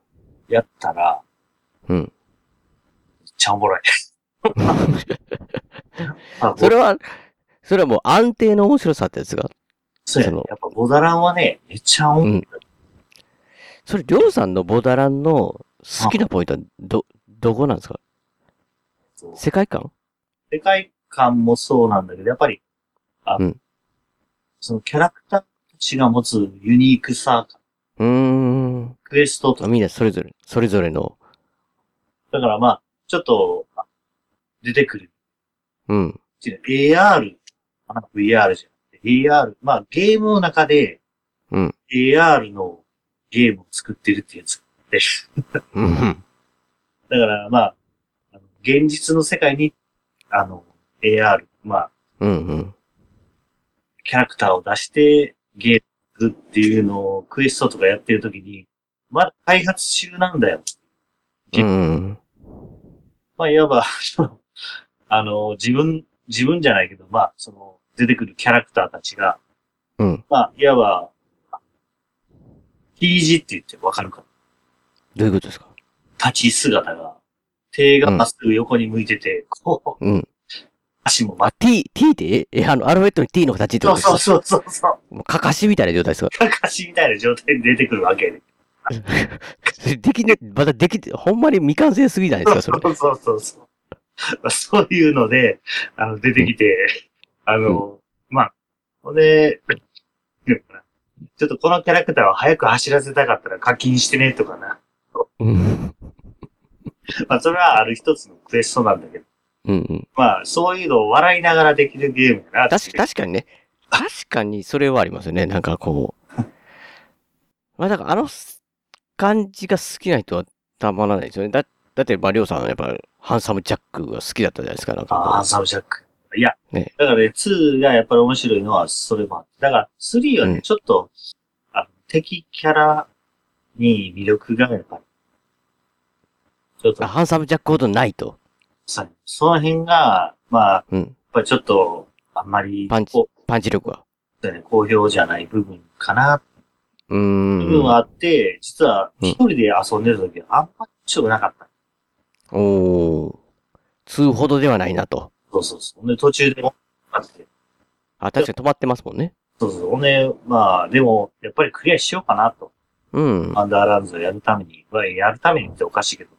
Speaker 3: やったら、
Speaker 2: うん
Speaker 3: めっちゃお
Speaker 2: [LAUGHS]
Speaker 3: もろい。あ
Speaker 2: それは、それはもう安定の面白さってやつが。
Speaker 3: そうや
Speaker 2: そ
Speaker 3: ね
Speaker 2: の。
Speaker 3: やっぱボーダーランはね、めっちゃおもろい。
Speaker 2: うんそれ、りょうさんのボーダーランの好きなポイントはど、どこなんですか
Speaker 3: そう
Speaker 2: 世界観
Speaker 3: 世界観もそうなんだけど、やっぱり、あ
Speaker 2: うん
Speaker 3: そのキャラクターたちが持つユニークさ、
Speaker 2: うーん。
Speaker 3: クエストとか
Speaker 2: みんなそれぞれ、それぞれの、
Speaker 3: だからまあ、ちょっと、あ出てくる。
Speaker 2: うん。
Speaker 3: っていうのは AR、あ VR じゃなくて、AR、まあゲームの中で、
Speaker 2: うん。
Speaker 3: AR のゲームを作ってるってやつ [LAUGHS] で、
Speaker 2: うん。
Speaker 3: だからまあ、あの現実の世界に、あの、AR、まあ、
Speaker 2: うんうん。
Speaker 3: キャラクターを出して、ゲームっていうのをクエストとかやってるときに、まだ開発中なんだよ。
Speaker 2: うん。
Speaker 3: まあ、いわば、 [LAUGHS] そのあの、自分、自分じゃないけど、まあ、その、出てくるキャラクターたちが、
Speaker 2: うん。
Speaker 3: まあ、いわば、T 字って言ってわかるか
Speaker 2: どういうことですか
Speaker 3: 立ち姿が、手がまっすぐ横に向いてて、こう、
Speaker 2: うん。
Speaker 3: 足もま
Speaker 2: あ、t, t って、え、あの、アルファベットに t の形ってこと
Speaker 3: そう
Speaker 2: ですか
Speaker 3: そうそうそう [LAUGHS] そう、
Speaker 2: もうかかしみたいな状態ですか
Speaker 3: 高しみたいな状態で出てくるわけで。
Speaker 2: それできね、まだできて、ほんまに未完成すぎないですか、それ。
Speaker 3: [LAUGHS] そうそうそうそう。まあそういうので、あの、出てきて、あの、まあ、ほんで、なんかなちょっとこのキャラクターを早く走らせたかったら課金してね、とかな。
Speaker 2: うん。
Speaker 3: まあ、それはある一つのクエストなんだけど。
Speaker 2: うんうん。
Speaker 3: まあ、そういうのを笑いながらできるゲームやな。
Speaker 2: 確か確かにね。確かにそれはありますよね。なんかこ
Speaker 3: [LAUGHS]
Speaker 2: う。まあだからあの感じが好きな人はたまらないですよね。だだって、まあ、りょうさんはやっぱハンサムジャックが好きだったじゃないですか。なんかこう
Speaker 3: ああ、サブジャック。いや、
Speaker 2: ね
Speaker 3: だからね、2がやっぱり面白いのはそれもあって。だから、3はね、
Speaker 2: うん
Speaker 3: ちょっと、あの敵キャラに魅力がやっぱり、ちょっと
Speaker 2: あ、ハンサムジャックほどないと。
Speaker 3: さその辺が、まあ、やっ
Speaker 2: うん。
Speaker 3: ぱりちょっと、あんまり、
Speaker 2: パンチ
Speaker 3: こ、
Speaker 2: パンチ力は。
Speaker 3: うね好評じゃない部分かな。
Speaker 2: うーん。
Speaker 3: 部分はあって、実は一人で遊んでる時はあんまり強くなかった。
Speaker 2: おお。通ほどではないなと。
Speaker 3: そうそうそう。で、途中でもあって。
Speaker 2: あ、確かに止まってますもんね。
Speaker 3: そうそう。ほんで、まあ、でも、やっぱりクリアしようかなと。
Speaker 2: うん。
Speaker 3: ワンダーランズをやるために、はやるためにっておかしいけど、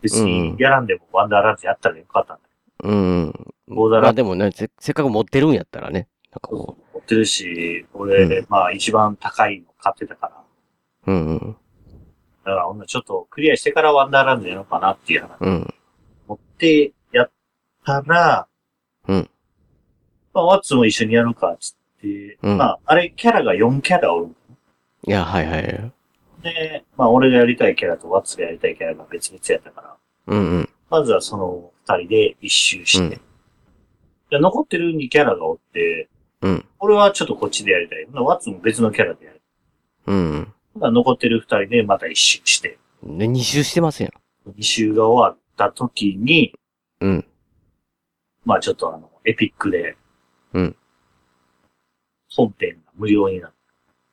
Speaker 3: 別にやらんでもワンダーランズやったらよかったんだ
Speaker 2: うん。まあでもね、せせっかく持ってるんやったらね。なんかこ
Speaker 3: 持ってるし、俺、まあ一番高いの買ってたから、
Speaker 2: う。うんうん。
Speaker 3: だからほんならちょっとクリアしてからワンダーランズやろうかなっていう話
Speaker 2: うん。
Speaker 3: 持ってやったら、
Speaker 2: うん。
Speaker 3: まあワッツも一緒にやるかっつって、
Speaker 2: うん
Speaker 3: まああれキャラが4キャラおるん
Speaker 2: いや、はいはい。
Speaker 3: で、まあ俺がやりたいキャラとワッツがやりたいキャラが別々やったから、
Speaker 2: うんうん。
Speaker 3: まずはその2人で一周して、
Speaker 2: うん
Speaker 3: で残ってる2キャラがおって、
Speaker 2: うん。
Speaker 3: 俺はちょっとこっちでやりたい。ほんならワッツも別のキャラでやる。
Speaker 2: うん。
Speaker 3: ほんなら残ってる2人でまた一周して、
Speaker 2: ね、二周してますやん。
Speaker 3: 2周が終わった時に、
Speaker 2: うん。
Speaker 3: まあちょっとあの、エピックで
Speaker 2: うん。
Speaker 3: 本編が無料になる。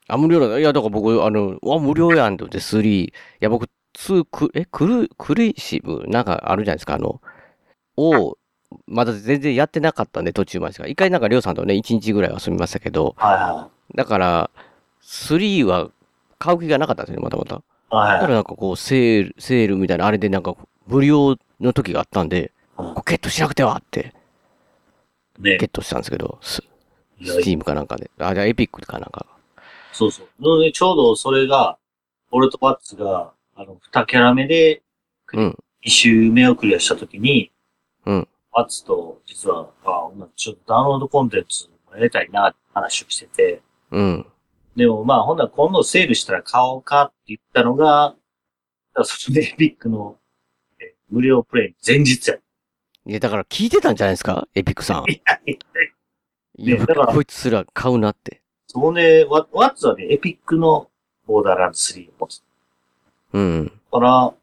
Speaker 2: あ、無料だ。いや、だから僕、あの、わ、無料やんと思って、3。いや、僕、2、く、え、クル、クルイシブ、なんかあるじゃないですか、あの、を、まだ全然やってなかったんで、途中までしか。一回なんか、りょうさんとね、1日ぐらいは住みましたけど、
Speaker 3: は
Speaker 2: だから、3は買う気がなかったんですよね、またまた。
Speaker 3: いはい。
Speaker 2: だ
Speaker 3: は
Speaker 2: か
Speaker 3: い
Speaker 2: らなんかこう、セール、セールみたいな、あれでなんか、無料の時があったんで、こゲットしなくてはって、
Speaker 3: ね
Speaker 2: ゲットしたんですけど、ス、
Speaker 3: いや
Speaker 2: スチームかなんかで。あ、じゃあエピックかなんかが。
Speaker 3: そうそう。なので、ちょうどそれが、俺とワッツが、あの、二キャラ目で、
Speaker 2: うん。
Speaker 3: 一周目をクリアしたときに、
Speaker 2: うん。
Speaker 3: ワッツと、実は、あ、ちょっとダウンロードコンテンツもやりたいな、って話をしてて、
Speaker 2: うん。
Speaker 3: でもまあ、ほんなら今度セールしたら買おうかって言ったのが、だからそれでエピックの、え無料プレイ前日や。
Speaker 2: いや、だから聞いてたんじゃないですかエピックさん。 [LAUGHS] いや、
Speaker 3: ねだから
Speaker 2: こいつら買うなって。
Speaker 3: そこで、ワワッツはね、エピックのボーダーランズ3を持つ。
Speaker 2: うん。
Speaker 3: だから、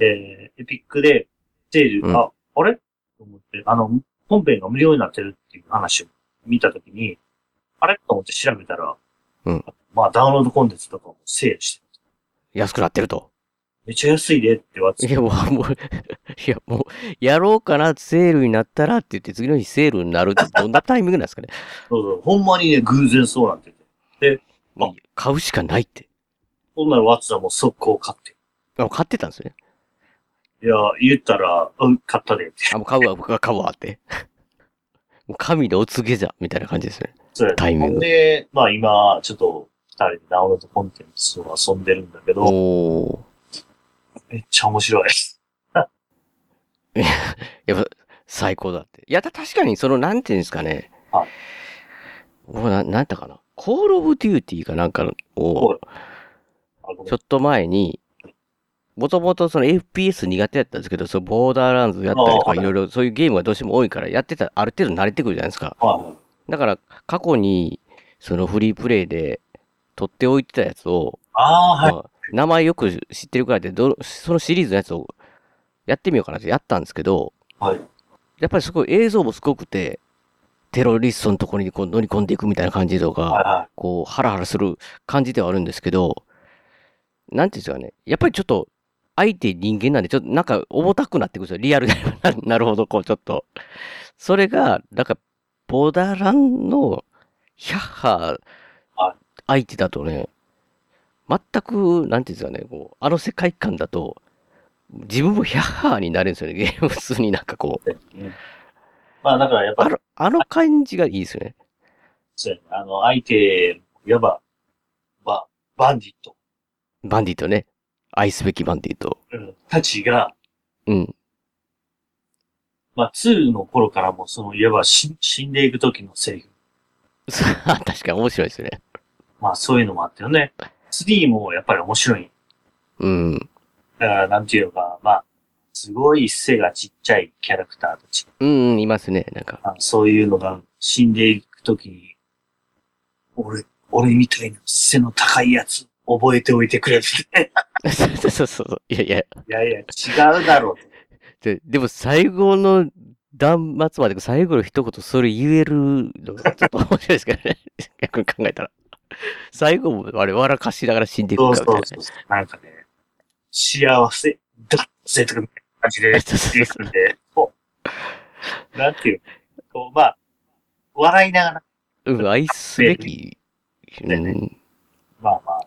Speaker 3: えー、エピックで、セール、
Speaker 2: うん
Speaker 3: あ、あれと思って、あの、本編が無料になってるっていう話を見たときに、あれと思って調べたら、
Speaker 2: うん。
Speaker 3: まあ、ダウンロードコンテンツとかもセールして、
Speaker 2: 安くなってると。
Speaker 3: めっちゃ安いでってワッツ。
Speaker 2: いや、もう、もう、いや、もう、やろうかな、セールになったらって言って、次の日セールになるって、どんなタイミングなんです [LAUGHS] かね。
Speaker 3: そうそう、ほんまにね、偶然そうなってて。で、あ、
Speaker 2: 買うしかないって。
Speaker 3: ほんならワッツはもう速攻買って。
Speaker 2: あ買ってたんですね。
Speaker 3: いや、言ったら、うん、買ったでって。
Speaker 2: あ、もう買うわ、僕が買うわって。 [LAUGHS] もう神のお告げじゃ、みたいな感じですね。
Speaker 3: そうやね
Speaker 2: タイミング。
Speaker 3: で、まあ今、ちょっと、二人でダウンロードコンテンツを遊んでるんだけど、
Speaker 2: おー。
Speaker 3: めっちゃ面白い。
Speaker 2: やっぱ、最高だって。いや、た確かに、その、なんていうんですかね。
Speaker 3: はい。
Speaker 2: 僕、な、なんやったかな。コールオブデューティーかなんか
Speaker 3: は
Speaker 2: を
Speaker 3: い、
Speaker 2: ちょっと前に、もともとその FPS 苦手だったんですけど、そのボーダーランズやったりと
Speaker 5: あ
Speaker 2: か、
Speaker 5: あ
Speaker 2: いろいろそういうゲームがどうしても多いから、やってたらある程度慣れてくるじゃないですか。だから、過去に、そのフリープレイで、取っておいてたやつを、
Speaker 3: ああ、はい。
Speaker 2: まあ名前よく知ってるくらいでどの、そのシリーズのやつをやってみようかなってやったんですけど、
Speaker 3: はい。
Speaker 2: やっぱりすごい映像もすごくて、テロリストのところにこう乗り込んでいくみたいな感じとか、こう、ハラハラする感じではあるんですけど、なんていうんですかね、やっぱりちょっと、相手人間なんで、ちょっとなんか重たくなってくるんですよ。リアルで。ななる [LAUGHS] ほど、こう、ちょっと。それが、なんか、ボーダーランの、ヒャッハー相手だとね、全く、なんていうんですかね、こう、あの世界観だと、自分もヒャッハーになれるんですよね。ゲーム普通になんかこう。
Speaker 3: まあだからやっぱ
Speaker 2: あの、あの感じがいいですよね。
Speaker 3: そうやねあの、相手、いわば、ば、バンディット、
Speaker 2: バンディとね。愛すべきバンディと。
Speaker 3: うんたちが、
Speaker 2: うん。
Speaker 3: まあ2の頃からも、その、いわば死死んでいく時のセリフ。
Speaker 2: [LAUGHS] 確かに面白いですよね。
Speaker 3: まあそういうのもあってよね。3もやっぱり面白い。
Speaker 2: うん。
Speaker 3: だから、なんていうのか、まあ、すごい背がちっちゃいキャラクターたち。
Speaker 2: うん、うん、いますね。なんか。 [LAUGHS]
Speaker 3: あそういうのが死んでいくときに、俺、俺みたいな背の高いやつ、覚えておいてくれって。
Speaker 2: そうそうそうそう。いやいや。
Speaker 3: いやいや、違うだろう。
Speaker 2: ででも最後の断末 [LAUGHS] まで最後の一言それ言えるのがちょっと面白いですけどね。逆に考えたら。最後もあれ、笑かしながら死んでいくか
Speaker 3: そう
Speaker 2: み
Speaker 3: そ
Speaker 2: たいなね。
Speaker 3: うそうそう。なんかね、幸せ、だっせとかみたいな感じで、出てくるんで、こう、なんていうの、こう、まあ、笑いながら、
Speaker 2: うん、愛すべき。うん。
Speaker 3: まあま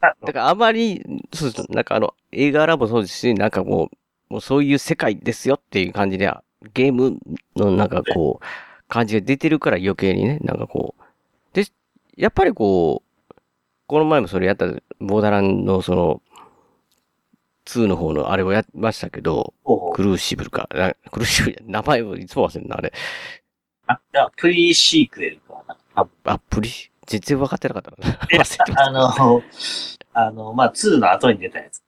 Speaker 2: だからあまり、そうですなんかあの、映画ラボそうですし、なんかもう、もうそういう世界ですよっていう感じで、ゲームのなんかこう、感じが出てるから余計にね、なんかこう。で、やっぱりこう、この前もそれやった、ボーダーランのその、2の方のあれをやりましたけど、クルーシブルか、なクルーシブル、名前をいつも忘れるな、あれ。
Speaker 3: あ、じゃあ、プリシークエルかな。
Speaker 2: あ、プリ、全然分かってなかったな。
Speaker 3: [LAUGHS] あの、あの、まあ、2の後に出たやつ。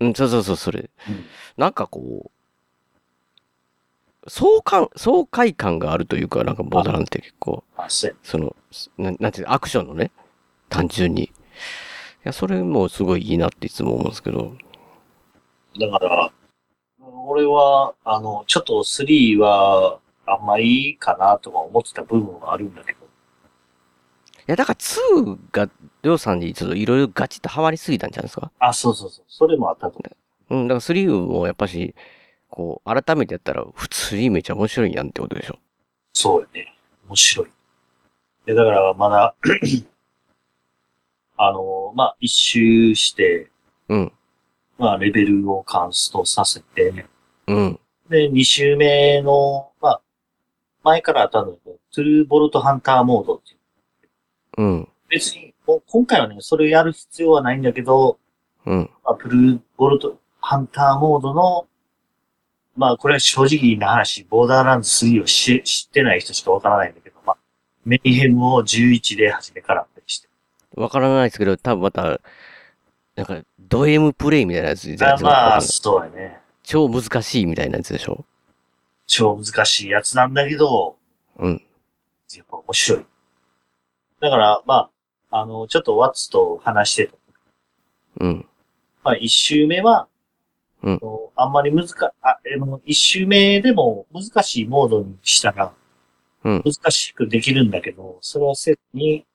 Speaker 2: うん、そうそうそう、それ。なんかこう、爽快、爽快感があるというか、なんかボーダーランって結構、
Speaker 3: そ
Speaker 2: の、ななんていうのアクションのね、単純に。いや、それもすごいいいなっていつも思うんですけど。
Speaker 3: だから、俺は、あの、ちょっと3は、あんまいいかなとか思ってた部分はあるんだけど、
Speaker 2: いや、だから2が、りょうさんにちょっといろいろガチッとハマりすぎたんじゃないですか
Speaker 3: あ、そうそうそう。それもあったと思
Speaker 2: うん、だから3もやっぱし、こう、改めてやったら、普通にめちゃ面白いやんってことでしょ。
Speaker 3: そうよね。面白い。で、だから、まだ、 [CLEARS THROAT] あの、まあ、一周して、
Speaker 2: うん。
Speaker 3: まあ、レベルをカンストさせて、
Speaker 2: うん。
Speaker 3: で、2周目の、まあ、前からあったんだけど、トゥルーボルトハンターモードっていう。
Speaker 2: うん。
Speaker 3: 別に、もう今回はね、それをやる必要はないんだけど、
Speaker 2: うん。
Speaker 3: まあ、トゥルーボルトハンターモードの、まあ、これは正直な話、ボーダーランズ3を知知ってない人しかわからないんだけど、まあ、メイヘムを11で初めからあったりして。
Speaker 2: わからないですけど、多分また、なんか、ド M プレイみたいなやつじゃない
Speaker 3: あ
Speaker 2: ですか
Speaker 3: まあ、そうやね。
Speaker 2: 超難しいみたいなやつでしょ
Speaker 3: 超難しいやつなんだけど、
Speaker 2: うん。
Speaker 3: やっぱ面白い。だから、まあ、あの、ちょっとワッツと話してた。
Speaker 2: うん。
Speaker 3: まあ、一周目は、
Speaker 2: うん
Speaker 3: あのあんまり難か、あ、えも一周目でも難しいモードにしたら、
Speaker 2: うん
Speaker 3: 難しくできるんだけど、それはせずに、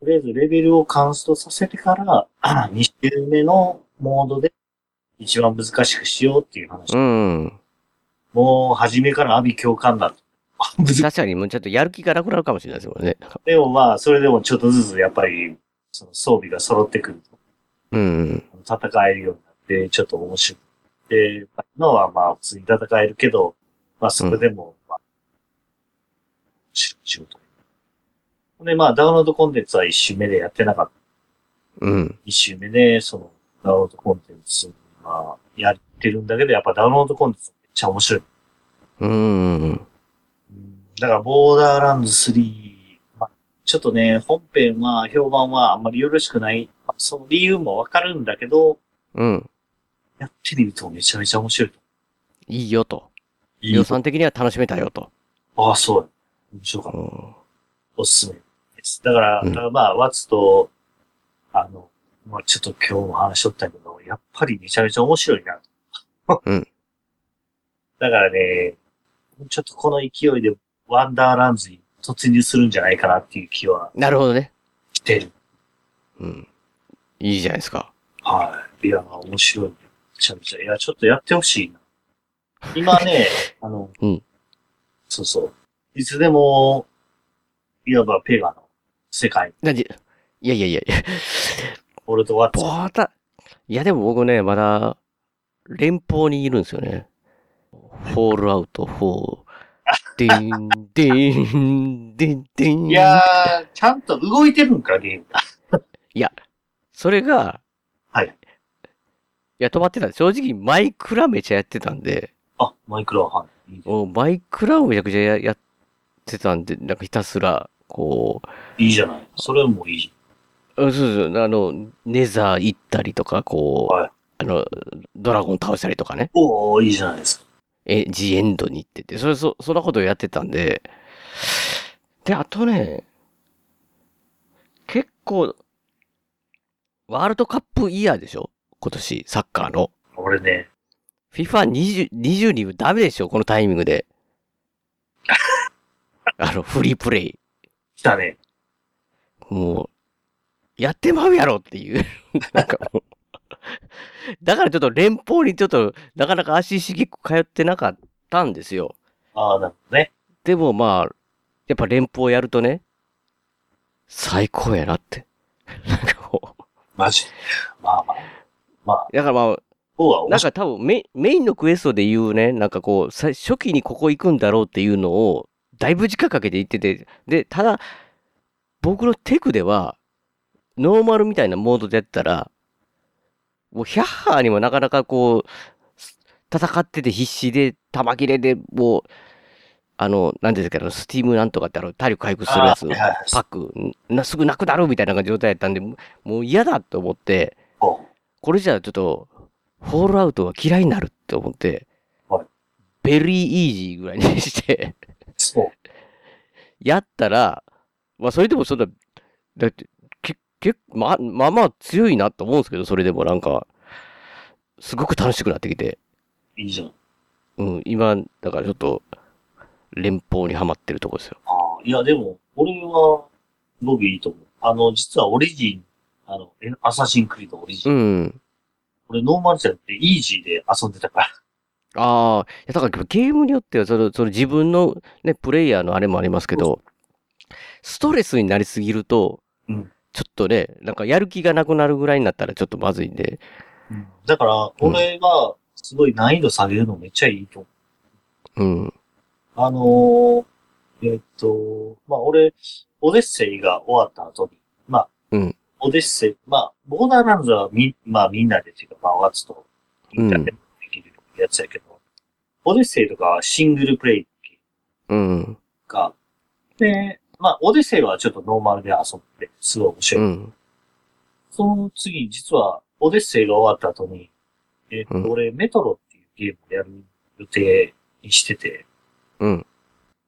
Speaker 3: とりあえずレベルをカンストさせてから、2周 [CLEARS THROAT] 目のモードで一番難しくしようっていう話。
Speaker 2: うん。
Speaker 3: もう、初めから阿ビ共感だと。 [LAUGHS]
Speaker 2: 確かに、もうちょっとやる気がなくなるかもしれないですもんね。なんか
Speaker 3: でもまあ、それでもちょっとずつやっぱり、その装備が揃ってくる
Speaker 2: うん。
Speaker 3: と、戦えるようになって、ちょっと面白い。で、まあ今はまあ、普通に戦えるけど、まあ、それでも、まあ、集中と。で、まあ、ダウンロードコンテンツは一周目でやってなかった。
Speaker 2: うん。
Speaker 3: 一周目で、その、ダウンロードコンテンツ、まあ、やってるんだけど、やっぱダウンロードコンテンツめっちゃ面白い。
Speaker 2: うん。
Speaker 3: だから、ボーダーランズ3、まあ、ちょっとね、本編は、評判はあんまりよろしくない。まあ、その理由もわかるんだけど、
Speaker 2: うん。
Speaker 3: やってみるとめちゃめちゃ面白い。
Speaker 2: いいよと。
Speaker 3: いいよ
Speaker 2: 予算的には楽しめたよと。
Speaker 3: ああ、そうや。面白かった。おすすめです。だから、だからまあ、ワッツと、あの、まあ、ちょっと今日も話しとったけど、やっぱりめちゃめちゃ面白いな。
Speaker 2: うん。
Speaker 3: [LAUGHS] だからね、ちょっとこの勢いでワンダーランズに突入するんじゃないかなっていう気は
Speaker 2: なるほどね。
Speaker 3: してる。
Speaker 2: うん。いいじゃないですか。
Speaker 3: はい。いや、面白い。めちゃめちゃ。いや、ちょっとやってほしいな。今ね、 [LAUGHS] あの、
Speaker 2: うん。
Speaker 3: そうそう。いつでも、いわばペガの世界。
Speaker 2: なんで、いやいやいやいや。
Speaker 3: 俺とワッツ。
Speaker 2: また、いやでも僕ね、まだ、連邦にいるんですよね。フォールアウト4。で
Speaker 3: [LAUGHS]
Speaker 2: ん、でん、でん、でん。
Speaker 3: いやー、ちゃんと動いてるんか、ゲームが。
Speaker 2: いや、それが、
Speaker 3: はい。
Speaker 2: いや、止まってた。正直、マイクラめちゃやってたんで。
Speaker 3: あ、マイクラ、はい。
Speaker 2: おマイクラをめちゃくちゃややってたんで、なんかひたすら、こう。
Speaker 3: いいじゃない。それもいい。
Speaker 2: うん、そうそう。あの、ネザー行ったりとか、こう、あの、ドラゴン倒したりとかね。
Speaker 3: おおいいじゃないですか。
Speaker 2: え、ジエンドに行ってて、それ、そ、そんなことをやってたんで。で、あとね、結構、ワールドカップイヤーでしょ今年、サッカーの。
Speaker 3: 俺ね。
Speaker 2: FIFA20、20にダメでしょこのタイミングで。あの、フリープレイ。
Speaker 3: 来たね。
Speaker 2: もう、やってまうやろっていう。なんかもう。だからちょっと連邦にちょっと、なかなか足しげく通ってなかったんですよ。
Speaker 3: ああ、なるほどね。
Speaker 2: でもまあ、やっぱ連邦やるとね、最高やなって。 [LAUGHS] なんかもう。
Speaker 3: マジまあまあ。まあ。
Speaker 2: だからまあ、なんか多分メインメインのクエストで言うね、なんかこう、さ初期にここ行くんだろうっていうのを、だいぶ時間かけて行ってて、で、ただ、僕のテクでは、ノーマルみたいなモードでやったら、もう、ヒャッハーにもなかなかこう、す戦ってて必死で、弾切れで、もう、あの、なんていうんですか、あのスティームなんとかってあの、体力回復するやつ
Speaker 3: あーはいはいはい、
Speaker 2: パック、なすぐなくなるみたいな状態やったんで、もうもう嫌だと思って、これじゃちょっと、フォールアウトが嫌いになるって思って、ベリーイージーぐらいにして、 [LAUGHS] やったら、まあそれでもそんな、だって、け、け、ま、まあまあ強いなと思うんですけど、それでもなんか、すごく楽しくなってきて、
Speaker 3: いいじゃん。
Speaker 2: うん、今、だからちょっと、連邦にはまってるとこですよ。
Speaker 3: あいや、でも、俺は、ロビーいいと思う。あの、実はオリジン、あの、えアサシンクリードオリジン。
Speaker 2: うん。
Speaker 3: 俺ノーマルじゃなくてイージーで遊んでたから。
Speaker 2: ああ、いやだからゲームによってはその、その自分のね、プレイヤーのあれもありますけど、ストレスになりすぎると、ちょっとね、なんかやる気がなくなるぐらいになったらちょっとまずいんで、
Speaker 3: だから、俺は、すごい難易度下げるのめっちゃいいと思う。
Speaker 2: うん。
Speaker 3: あのーえっと、まあ、俺、オデッセイが終わった後に、まあ、
Speaker 2: うん。
Speaker 3: オデッセイ、まあ、ボーダーランズはみ、まあ、みんなでっていうか、まあ、ワッツと
Speaker 2: うん。
Speaker 3: やつやけど、オデッセイとかはシングルプレイ
Speaker 2: うん。
Speaker 3: が、で、まあ、オデッセイはちょっとノーマルで遊んで、すごい面白い。
Speaker 2: うん。
Speaker 3: その次、実は、オデッセイが終わった後に、えっと、
Speaker 2: うん
Speaker 3: 俺、メトロっていうゲームをやる予定にしてて、
Speaker 2: うん。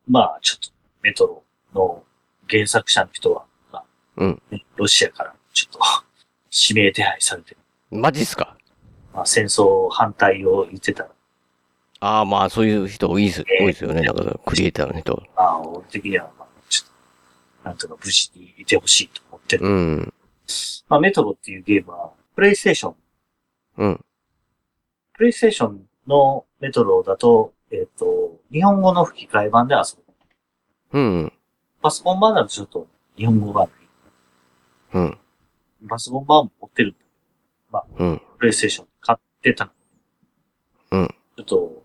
Speaker 3: まあ、ちょっと、メトロの原作者の人は、
Speaker 2: うん。
Speaker 3: ロシアからちょっと指名手配されて、
Speaker 2: マジっすか
Speaker 3: まあ、戦争反対を言ってたら、
Speaker 2: ああ、まあ、そういう人多いです、多いですよね。なんか、クリエイターの人。
Speaker 3: まあ、俺的には、まあ、ちょっと、なんとか無事にいてほしいと思ってる。
Speaker 2: うん。
Speaker 3: まあ、メトロっていうゲームは、プレイステーション、
Speaker 2: うん。
Speaker 3: プレイステーションのメトロだと、えっ、と、日本語の吹き替え版で遊ぶ。
Speaker 2: うん。
Speaker 3: パソコン版だとちょっと日本語がない。
Speaker 2: うん。
Speaker 3: パソコン版も持ってる。
Speaker 2: うん。
Speaker 3: プレイステーション買ってたの。
Speaker 2: うん。
Speaker 3: ちょっと、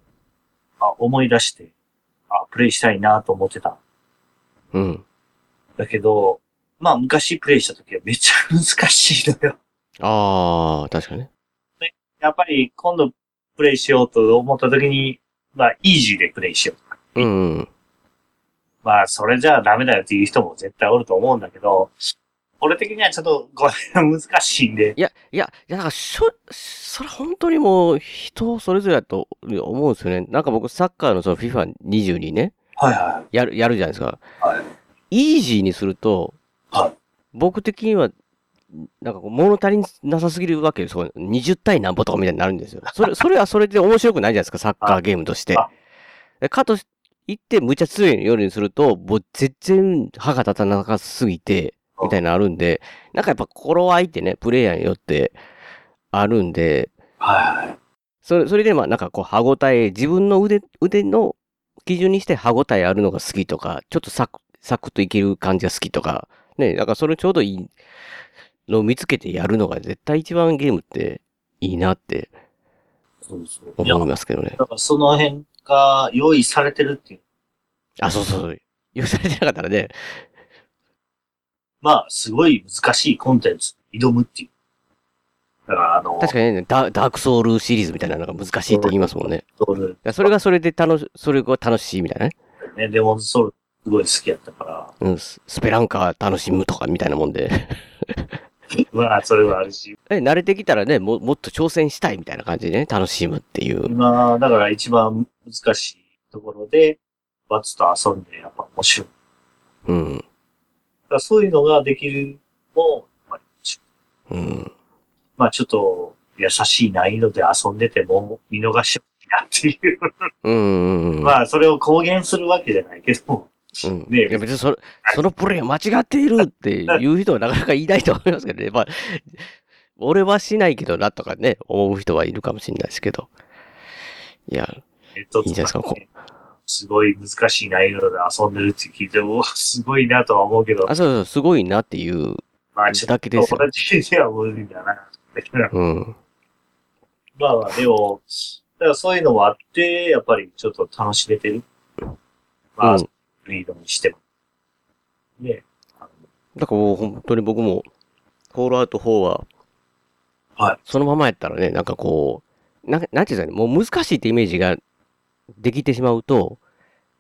Speaker 3: あ、思い出して、あ、プレイしたいなと思ってた。
Speaker 2: うん。
Speaker 3: だけど、まあ昔プレイした時はめっちゃ難しいのよ。 [LAUGHS]
Speaker 2: ああ、確かにね。
Speaker 3: やっぱり今度プレイしようと思った時に、まあイージーでプレイしよう。
Speaker 2: うん。
Speaker 3: まあ、それじゃダメだよっていう人も絶対おると思うんだけど、俺的にはちょっとごめん、 [LAUGHS] 難しいんで。
Speaker 2: いや、いや、いや、なんか、しょ、それ本当にもう、人それぞれだと思うんですよね。なんか僕、サッカーのその FIFA22 ね。
Speaker 3: はいは
Speaker 2: やる、やるじゃないですか。イージーにすると、僕的には、なんかこう物足りなさすぎるわけですよ。20対何歩とかみたいになるんですよ。それ、そ [LAUGHS] れはそれで面白くないじゃないですか、サッカーゲームとして。でかといって、むちゃ強い夜にすると、もう全然歯が立たなさすぎて、みたいなのあるんで、なんかやっぱ頃合いってね、プレイヤーによってあるんで、それ、それでまあなんかこう歯応え、自分の腕、腕の基準にして歯応えあるのが好きとか、ちょっとサク、サクッといける感じが好きとか、ね、なんかそれちょうどいいのを見つけてやるのが絶対一番ゲームっていいなって
Speaker 3: そうそう。
Speaker 2: 思いますけどね。
Speaker 3: だからその辺が用意されてるっていう。
Speaker 2: あ、そうそうそう。許されてなかったらね、
Speaker 3: まあ、すごい難しいコンテンツ、挑むっていう。だから、あの、
Speaker 2: 確かにねダ、ダークソウルシリーズみたいなのが難しいって言いますもんね。
Speaker 3: そう
Speaker 2: それがそれで楽し、それが楽しいみたいなね。
Speaker 3: ね、デモンズソウルすごい好きやったから、
Speaker 2: うん、ススペランカー楽しむとかみたいなもんで。 [LAUGHS]
Speaker 3: まあ、それはあるし。
Speaker 2: え、慣れてきたらね、も、もっと挑戦したいみたいな感じでね、楽しむっていう。
Speaker 3: 今、だから一番難しいところで、バツと遊んで、やっぱ面白い。だ
Speaker 2: うん。
Speaker 3: からそういうのができるのも、
Speaker 2: うん。
Speaker 3: まあちょっと優しい難易度で遊んでても見逃してほしいなっていう。
Speaker 2: うんうんうん。
Speaker 3: まあそれを公言するわけじゃないけども、
Speaker 2: うん。いや別にそれそのプレイは間違っているっていう人はなかなかいないと思いますけどね。まあ、俺はしないけどなとかね、思う人はいるかもしれないですけど。いや、
Speaker 3: えっと、
Speaker 2: いいんじゃないですかこ
Speaker 3: すごい難しい内容で遊んでるって聞いても、すごいなとは思うけど、
Speaker 2: あ、そうそう、すごいなっていう
Speaker 3: まあ、ちょ
Speaker 2: だ
Speaker 3: っ
Speaker 2: け
Speaker 3: と
Speaker 2: です
Speaker 3: 同
Speaker 2: よ。
Speaker 3: じには無理だな。
Speaker 2: うん。
Speaker 3: まあまあ、でも、だからそういうのもあって、やっぱりちょっと楽しめてる。まあ、リードにしても。ね
Speaker 2: だからもう本当に僕も、ホールアウト4は、そのままやったらね、なんかこう、なんかなんていうんですかね、もう難しいってイメージができてしまうと、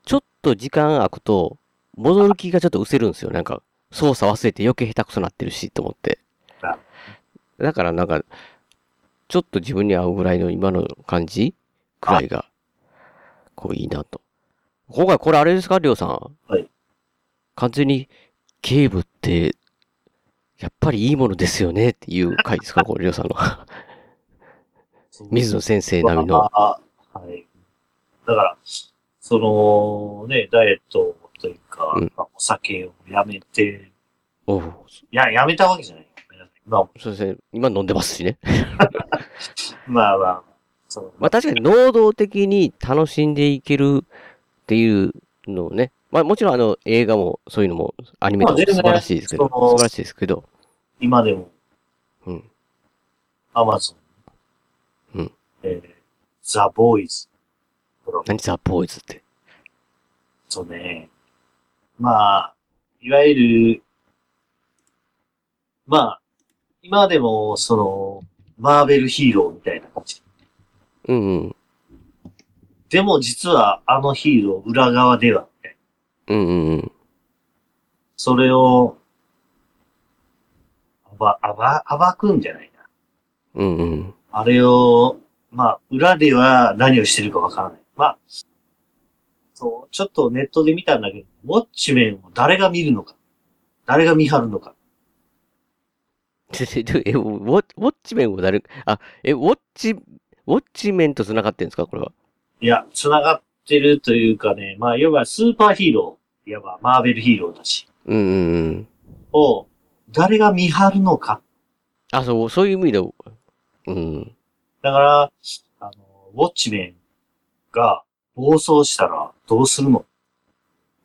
Speaker 2: ちょっと時間空くと、戻る気がちょっと失せるんですよ。なんか、操作忘れて余計下手くそなってるし、と思って。だからなんか、ちょっと自分に合うぐらいの今の感じくらいが、こういいなと。今回これあれですか、りょうさん。
Speaker 3: はい。
Speaker 2: 完全に、警部って、やっぱりいいものですよねっていう回
Speaker 3: [LAUGHS]
Speaker 2: ですか、これ、りょうさんの。 [LAUGHS] 水野先生並みの。
Speaker 3: ああはい。だから、その、ね、ダイエットというか、
Speaker 2: うん
Speaker 3: まあお酒をやめて、
Speaker 2: おう
Speaker 3: いや、やめたわけじゃない。
Speaker 2: そうですね。今飲んでますしね。
Speaker 3: まあまあ、そう。
Speaker 2: まあ確かに能動的に楽しんでいけるっていうのをね。まあもちろんあの映画もそういうのもアニメとかも素
Speaker 3: まあ全然
Speaker 2: 晴らしいですけど、
Speaker 3: その
Speaker 2: 素晴らしいですけど、
Speaker 3: 今でも、
Speaker 2: うん。
Speaker 3: アマゾン、
Speaker 2: うん。
Speaker 3: えー、ザ・ボーイズ。
Speaker 2: 何ザ・ボーイズって。
Speaker 3: そうね。まあ、いわゆる、まあ、今でも、その、マーベルヒーローみたいな感じ。
Speaker 2: うんうん。
Speaker 3: でも実はあのヒーロー裏側では、
Speaker 2: うんうんうん。
Speaker 3: それを、ば、あば、暴くんじゃない
Speaker 2: うんうん。
Speaker 3: あれを、まあ、裏では何をしてるかわからない。まあ、そう、ちょっとネットで見たんだけど、ウォッチメンを誰が見るのか誰が見張るのか
Speaker 2: ちょちょちょえ、ウォウォッチメンを誰、あ、え、ウォッチ、ウォッチメンと繋がってるんですかこれは。
Speaker 3: いや、繋がってるというかね、まあ、いわばスーパーヒーロー、いわばマーベルヒーローたち
Speaker 2: うんうんうん。
Speaker 3: を、誰が見張るのか
Speaker 2: あ、そう、そういう意味で、うん。
Speaker 3: だから、あの、ウォッチメンが暴走したらどうするの、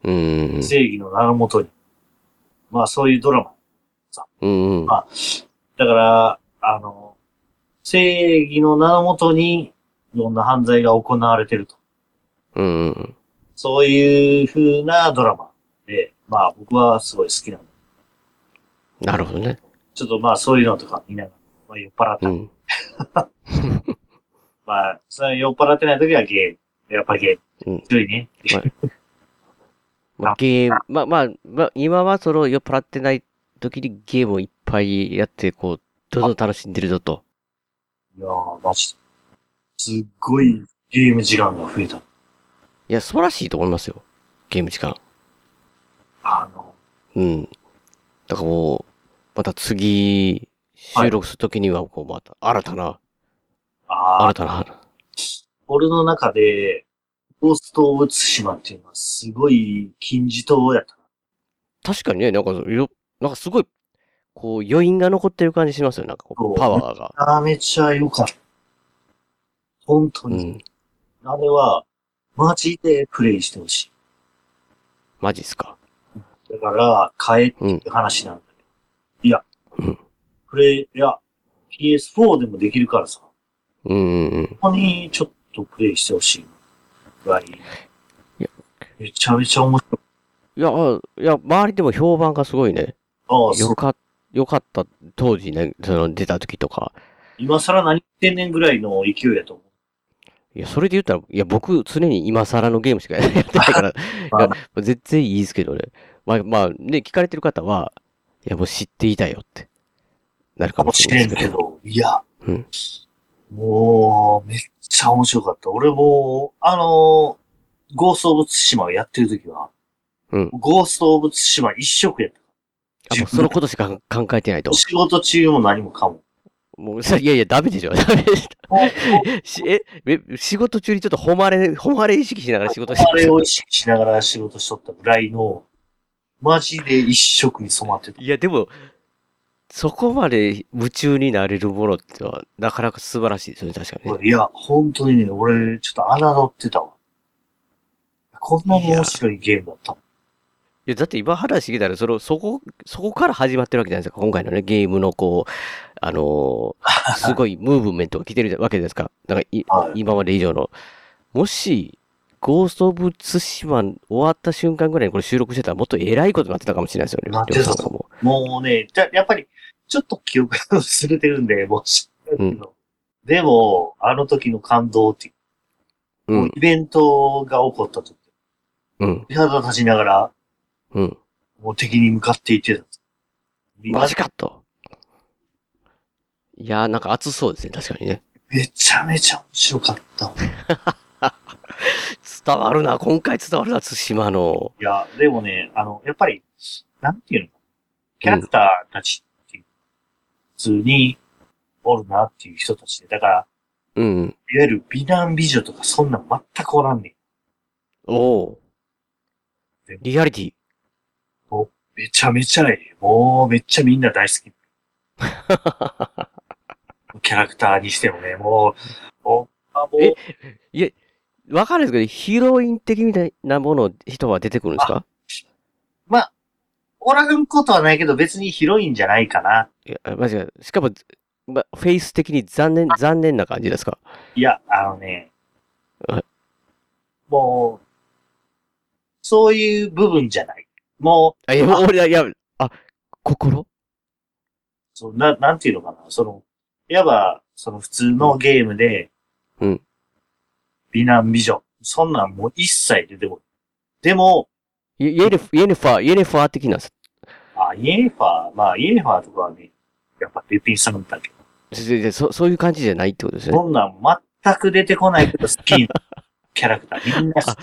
Speaker 2: うんうんうん。
Speaker 3: 正義の名のもとに。まあ、そういうドラマ。
Speaker 2: うんうん。
Speaker 3: まあ、だから、あの、正義の名のもとに、いろんな犯罪が行われてると。
Speaker 2: うんうん。
Speaker 3: そういう風なドラマで、まあ僕はすごい好きなの。
Speaker 2: なるほどね。
Speaker 3: ちょっとまあそういうのとか見ながら、まあ、酔っ払った。
Speaker 2: うん。
Speaker 3: まあ、それは酔っ払ってない時はゲーム。やっぱゲーム。
Speaker 2: うん。
Speaker 3: 強いね。
Speaker 2: まあ、ゲーム、まあまあ、まあ、今はその酔っ払ってない時にゲームをいっぱいやって、こう、どんどん楽しんでるぞと。
Speaker 3: いやー、マジで。すっごいゲーム時間が増えた。
Speaker 2: いや、素晴らしいと思いますよ。ゲーム時間。
Speaker 3: あの、
Speaker 2: うん。だからもう、また次、収録するときには、こう、また新たな、
Speaker 3: あ
Speaker 2: 新たな、
Speaker 3: 俺の中で、ゴースト・オブ・ツシマっていうのはすごい金字塔やった。
Speaker 2: 確かにね、なんか、よなんかすごい、こう、余韻が残ってる感じしますよ。なんかこう、パワーが。
Speaker 3: めちゃめちゃ良かった。本当に。あれは、マジでプレイしてほし
Speaker 2: マジっすか。
Speaker 3: い。だから、買えっていう話なんだけど。いや、プレイ、いや、PS4 でもできるからさ、
Speaker 2: うんうんうん。
Speaker 3: ここにちょっとプレイしてほしいぐらい。めちゃめちゃ面白い。
Speaker 2: いや、あいや、周りでも評判がすごいね。
Speaker 3: ああそう
Speaker 2: よか、よかった、当時ね、その出た時とか。
Speaker 3: 今更何言ってんねんぐらいの勢いやと思う。
Speaker 2: いや、それで言ったら、いや、僕、常に今更のゲームしかやってない [LAUGHS] から、いや全然いいですけどね。まあ、まあ、ね、聞かれてる方は、いや、もう知っていたよって、なるかもしれないですけど。
Speaker 3: いや、
Speaker 2: うん。
Speaker 3: もう、めっちゃ面白かった。俺も、あの、ゴースト・オブ・ツシマをやってる時は、
Speaker 2: うん。
Speaker 3: ゴースト・オブ・ツシマ一色やった。
Speaker 2: あ、もうそのことしか考えてないと。 [LAUGHS]
Speaker 3: 仕事中も何もかも。
Speaker 2: もうさ、いやいや、ダメでしょ。ダメでしたしええ、仕事中にちょっと誉れ、誉れ意識しながら仕事して
Speaker 3: あれを意識しながら仕事しとったぐらいの、マジで一色に染まってた。
Speaker 2: いや、でも、そこまで夢中になれるものってのは、なかなか素晴らしいですよね、確かにね。
Speaker 3: いや、本当にね、俺、ちょっと侮ってたわ。こんなに面白いゲームだったもん。
Speaker 2: いや、だって今話聞いたら、その、そこ、そこから始まってるわけじゃないですか。今回のね、ゲームのこう、あの [LAUGHS] ーすごいムーブメントが来てるわけですか。なんかい、今まで以上の。もし、ゴースト・オブ・ツシマ終わった瞬間ぐらいにこれ収録してたら、もっと偉いことになってたかもしれないですよね。
Speaker 3: なって
Speaker 2: り
Speaker 3: た
Speaker 2: ょうさんとかも。
Speaker 3: もうね、じゃ、やっぱり、ちょっと記憶が薄れてるんで、もうし、でも、あの時の感動っていうう、イベントが起こった時、
Speaker 2: うん。
Speaker 3: 美肌立ちながら、
Speaker 2: うん。
Speaker 3: もう敵に向かっていってた。
Speaker 2: マジかと。いやー、なんか熱そうですね、確かにね。
Speaker 3: めちゃめちゃ面白かった。
Speaker 2: 伝わるな、今回伝わるな、対馬の。
Speaker 3: いや、でもね、あの、やっぱり、なんていうのキャラクターたちっていう、普通におるなっていう人たちで、だから、
Speaker 2: うん。
Speaker 3: いわゆる美男美女とかそんなん全くおらんね
Speaker 2: ん。おうリアリティ。
Speaker 3: もう、めちゃめちゃええ。もう、めっちゃみんな大好
Speaker 2: [LAUGHS]
Speaker 3: き。キャラクターにしてもね、もう、もう、あもう
Speaker 2: いや、わかるんないですけど、ヒロイン的みたいなもの、人は出てくるんですか
Speaker 3: まあ、おらんことはないけど別にヒロインじゃないかな。
Speaker 2: いや、マジか。しかも、ま、フェイス的に残念、残念な感じですか
Speaker 3: いや、あのね、
Speaker 2: はい
Speaker 3: もう、そういう部分じゃない。もう、
Speaker 2: あ、いや、俺だ、いや、あ、心
Speaker 3: そうな、なんていうのかな。その、いわば、その普通のゲームで、
Speaker 2: うん。
Speaker 3: 美男美女。そんなんもう一切出てこない。でも、
Speaker 2: イイエネフイエネファー、イエネファー的な、す
Speaker 3: あ、イエネファー、まあ、イエネファーとかはね、やっぱデピンさんだけ
Speaker 2: すそそういう感じじゃないってことです
Speaker 3: ど、そ
Speaker 2: よ
Speaker 3: ん
Speaker 2: ね。
Speaker 3: なん全く出てこないけど好
Speaker 2: [LAUGHS]
Speaker 3: きなキャラクター。みんな好き